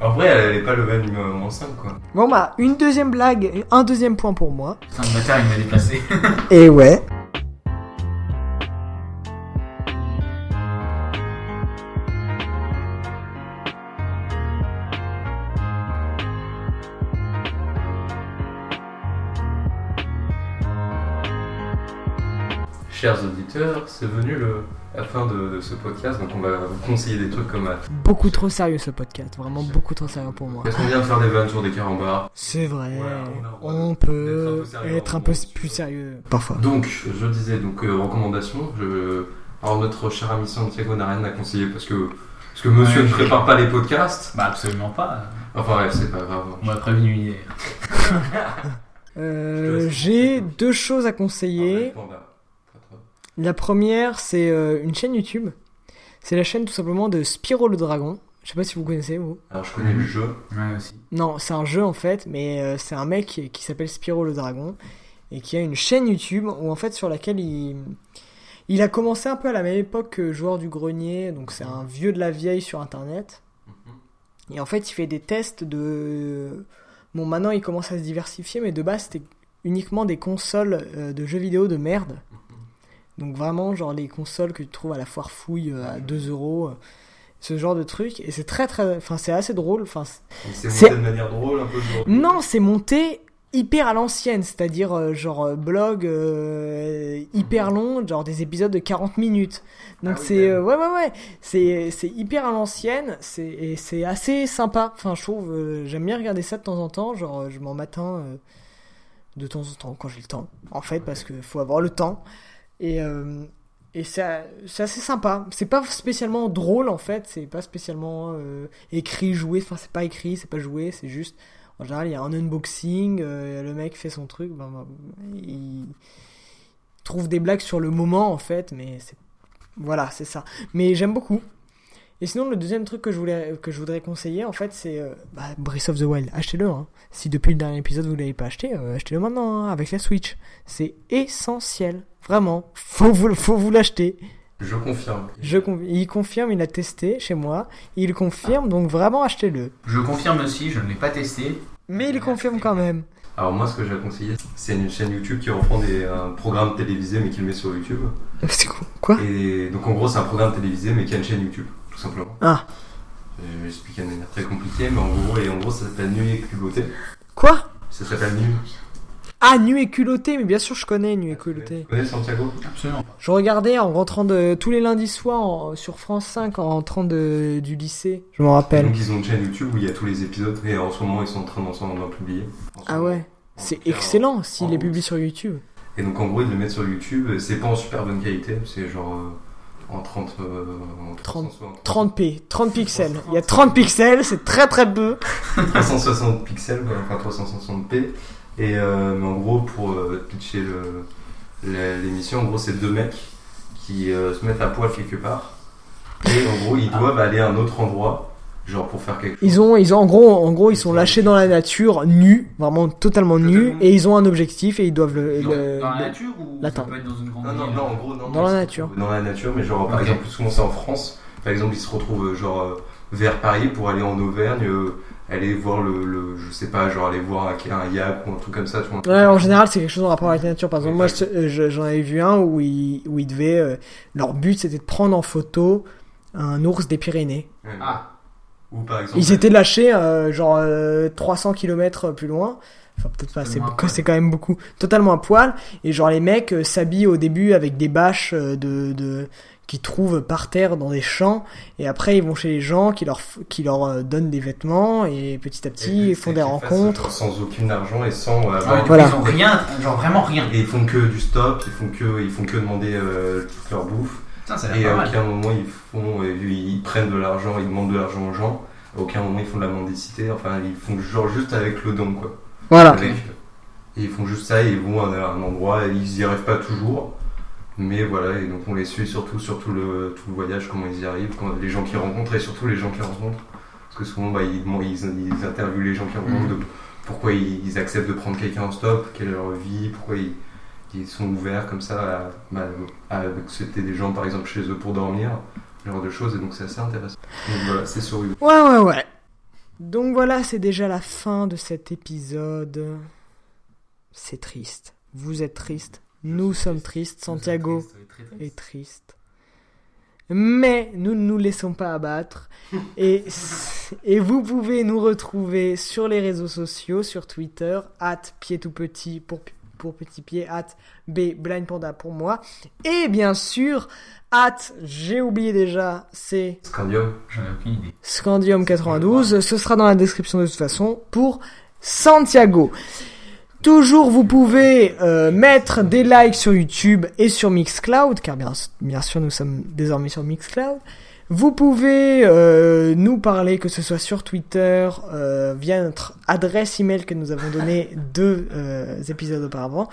En vrai, elle est pas level numéro moins 5, quoi. Bon, bah, une deuxième blague, un deuxième point pour moi. Putain, le bâtard, il m'a déplacé. Et ouais. Chers auditeurs, c'est venu le... la fin de, de ce podcast, donc on va vous conseiller des trucs comme. euh, Beaucoup trop sérieux ce podcast, vraiment beaucoup trop sérieux pour moi. Est-ce qu'on vient de faire des vannes sur des carambars C'est vrai, Voilà, on a le droit on de- d'être un peut peu sérieux être en un peu moment, plus si- sérieux. Parfois. Donc, je disais, donc, euh, recommandations. Je... Alors, notre cher ami Santiago n'a rien à conseiller parce que, parce que monsieur Ouais. ne prépare pas les [laughs] podcasts. Bah, absolument pas. Enfin, bref, c'est pas grave. On m'a prévenu hier. Euh, J'ai deux choses à Ah conseiller. La première, c'est euh, une chaîne YouTube. C'est la chaîne tout simplement de Spyro le Dragon. Je sais pas si vous connaissez, vous. Alors, je connais le jeu. Ouais, aussi. Non, c'est un jeu en fait, mais euh, c'est un mec qui, qui s'appelle Spyro le Dragon et qui a une chaîne YouTube où en fait sur laquelle il il a commencé un peu à la même époque que Joueur du Grenier, donc c'est un vieux de la vieille sur internet. Et en fait, il fait des tests de bon maintenant il commence à se diversifier mais de base c'était uniquement des consoles euh, de jeux vidéo de merde. Donc vraiment genre les consoles que tu trouves à la foire fouille euh, à 2 euros euh, ce genre de truc et c'est très très enfin c'est assez drôle enfin Il s'est C'est- monté de manière drôle, un peu genre. non, c'est monté hyper à l'ancienne, c'est-à-dire euh, genre euh, blog euh, hyper long, genre des épisodes de 40 minutes. Donc Ah oui, c'est quand euh, ouais ouais ouais, c'est c'est hyper à l'ancienne, c'est et c'est assez sympa. Enfin, je trouve euh, j'aime bien regarder ça de temps en temps, genre euh, je m'en matin euh, de temps en temps quand j'ai le temps en fait parce que faut avoir le temps et euh, et ça, c'est assez sympa. C'est pas spécialement drôle en fait, c'est pas spécialement euh, écrit, joué. Enfin, c'est pas écrit, c'est pas joué, c'est juste. En général, il y a un unboxing, euh, le mec fait son truc, ben, ben, il trouve des blagues sur le moment en fait, mais c'est. Voilà, c'est ça. Mais j'aime beaucoup. Et sinon, le deuxième truc que je, voulais, que je voudrais conseiller, en fait, c'est euh, bah, Breath of the Wild. Achetez-le. hein. Si depuis le dernier épisode, vous ne l'avez pas acheté, euh, achetez-le maintenant hein, avec la Switch. C'est essentiel. Vraiment. Faut vous, faut vous l'acheter. Je confirme. Je con- Il confirme, il a testé chez moi. Il confirme, donc vraiment achetez-le. Je confirme aussi, je ne l'ai pas testé. Mais il confirme quand même. Alors moi, ce que j'ai conseillé, c'est une chaîne YouTube qui reprend des, un programme télévisé mais qui le met sur YouTube. Ah, C'est quoi- quoi Et donc en gros, c'est un programme télévisé mais qui a une chaîne YouTube, tout simplement. Ah. Je vais expliquer de manière très compliquée, mais en gros, et en gros, ça s'appelle Nuit et Culotté. Quoi Ça s'appelle Nuit. Ah, nu et culotté, mais bien sûr, je connais nu et Tu culotté. connais Santiago Absolument pas. Je regardais en rentrant de tous les lundis soirs en- sur France 5 en rentrant de, du lycée. Je m'en rappelle. Donc ils ont une chaîne YouTube où il y a tous les épisodes et en ce moment, ils sont en train d'en d'en publier. En ce Ah moment. ouais, c'est Donc, il y a un- excellent s'il les publie sur YouTube. Et donc en gros, ils le mettent sur YouTube. et C'est pas en super bonne qualité, c'est genre euh, en 30. euh, en 360 30p, 30 pixels. Il y a 30 pixels, c'est très très peu. 360 pixels, quoi, enfin 360p. Et euh, mais en gros, pour euh, pitcher le- la- l'émission, en gros, c'est deux mecs qui euh, se mettent à poil quelque part. Et en gros, ils doivent aller à un autre endroit, genre pour faire quelque chose. Ils ont, ils ont, en gros, en gros, ils sont lâchés dans la nature, nus, vraiment totalement nus, et ils ont un objectif et ils doivent le, Dans, Euh, le- dans la le- nature ou l'attends. ça peut être dans une grande Non, non, ville non, en gros, non. Dans non, la c'est- nature. Dans la nature, mais genre, par Ok. exemple, souvent c'est en France. Par exemple, ils se retrouvent euh, genre euh, vers Paris pour aller en Auvergne, euh, aller voir le, le- je sais pas, genre aller voir un, un yak ou un truc comme ça, tu vois. un truc Ouais, comme en ça. général, c'est quelque chose en rapport avec la nature. Par exemple, moi, je- euh, je- j'en avais vu un où ils, où ils devaient, euh, leur but, c'était de prendre en photo un ours des Pyrénées. Ouais. Ah, Ou par exemple. Ils étaient lâchés euh, genre euh, 300 km plus loin. Enfin peut-être pas, c'est Totalement à que poil. c'est quand même beaucoup. Totalement à poil. Et genre les mecs euh, s'habillent au début avec des bâches euh, de, de qu'ils trouvent par terre dans des champs. Et après ils vont chez les gens qui leur f- qui leur euh, donnent des vêtements et petit à Et petit le ils but, font c'est des qu'ils fassent, rencontres. genre, sans aucun argent et sans. euh, Ah ouais, avoir- du Voilà. coup, ils ont rien, genre vraiment rien. Et ils font que du stop, ils font que, ils font que demander euh, toute leur bouffe. Putain, ça a Et euh, l'air pas à mal. aucun moment ils font, euh, ils prennent de l'argent, ils demandent de l'argent aux gens. À aucun moment ils font de la mendicité. Enfin, ils font genre juste avec le don, quoi. Voilà. Avec- et ils font juste ça, ils vont à un endroit, et ils y arrivent pas toujours. Mais voilà, et donc on les suit surtout, surtout le, tout le voyage, comment ils y arrivent, quand- les gens qu'ils rencontrent et surtout les gens qu'ils rencontrent. Parce que souvent, bah, ils, demandent- ils, ils interviewent les gens qu'ils rencontrent, de- pourquoi ils, ils acceptent de prendre quelqu'un en stop, quelle est leur vie, pourquoi ils, ils sont ouverts comme ça à, bah, à- à accepter des gens par exemple chez eux pour dormir, ce genre de choses, et donc c'est assez intéressant. Donc voilà, c'est sur YouTube. Ouais ouais ouais. Donc voilà, c'est déjà la fin de cet épisode. C'est triste. Vous êtes triste. Nous sommes tristes. Santiago. Ça doit être très et triste. triste. Mais nous ne nous laissons pas abattre. Et, et vous pouvez nous retrouver sur les réseaux sociaux, sur Twitter, at pied tout petit pour, pour petit pied, at b blind panda pour moi. Et bien sûr, at, j'ai oublié déjà, c'est Scandium. J'en ai aucune idée. Scandium 92. Ce sera dans la description de toute façon pour Santiago. Toujours, vous pouvez euh, mettre des likes sur YouTube et sur Mixcloud, car bien, bien sûr, nous sommes désormais sur Mixcloud. Vous pouvez euh, nous parler, que ce soit sur Twitter, euh, via notre adresse email que nous avons donnée deux euh, épisodes auparavant.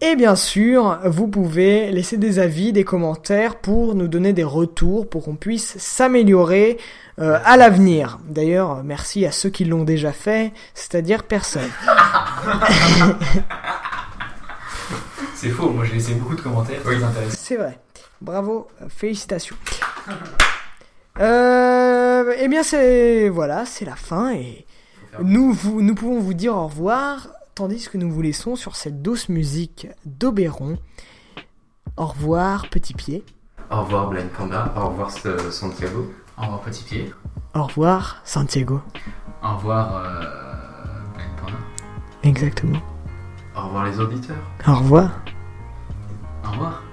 Et bien sûr, vous pouvez laisser des avis, des commentaires pour nous donner des retours, pour qu'on puisse s'améliorer euh, à l'avenir. D'ailleurs, merci à ceux qui l'ont déjà fait, c'est-à-dire personne. C'est faux, moi j'ai laissé beaucoup de commentaires très intéressants. C'est vrai. Bravo, euh, félicitations. Euh, eh bien, c'est voilà, c'est la fin et nous, vous- nous pouvons vous dire au revoir, tandis que nous vous laissons sur cette douce musique d'Oberon. Au revoir, petit pied. Au revoir Blind Panda, au revoir euh, Santiago. Au revoir Petit Pied. Au revoir, Santiago. Au revoir euh... Blind Panda. Exactement. Au revoir les auditeurs. Au revoir. Au revoir.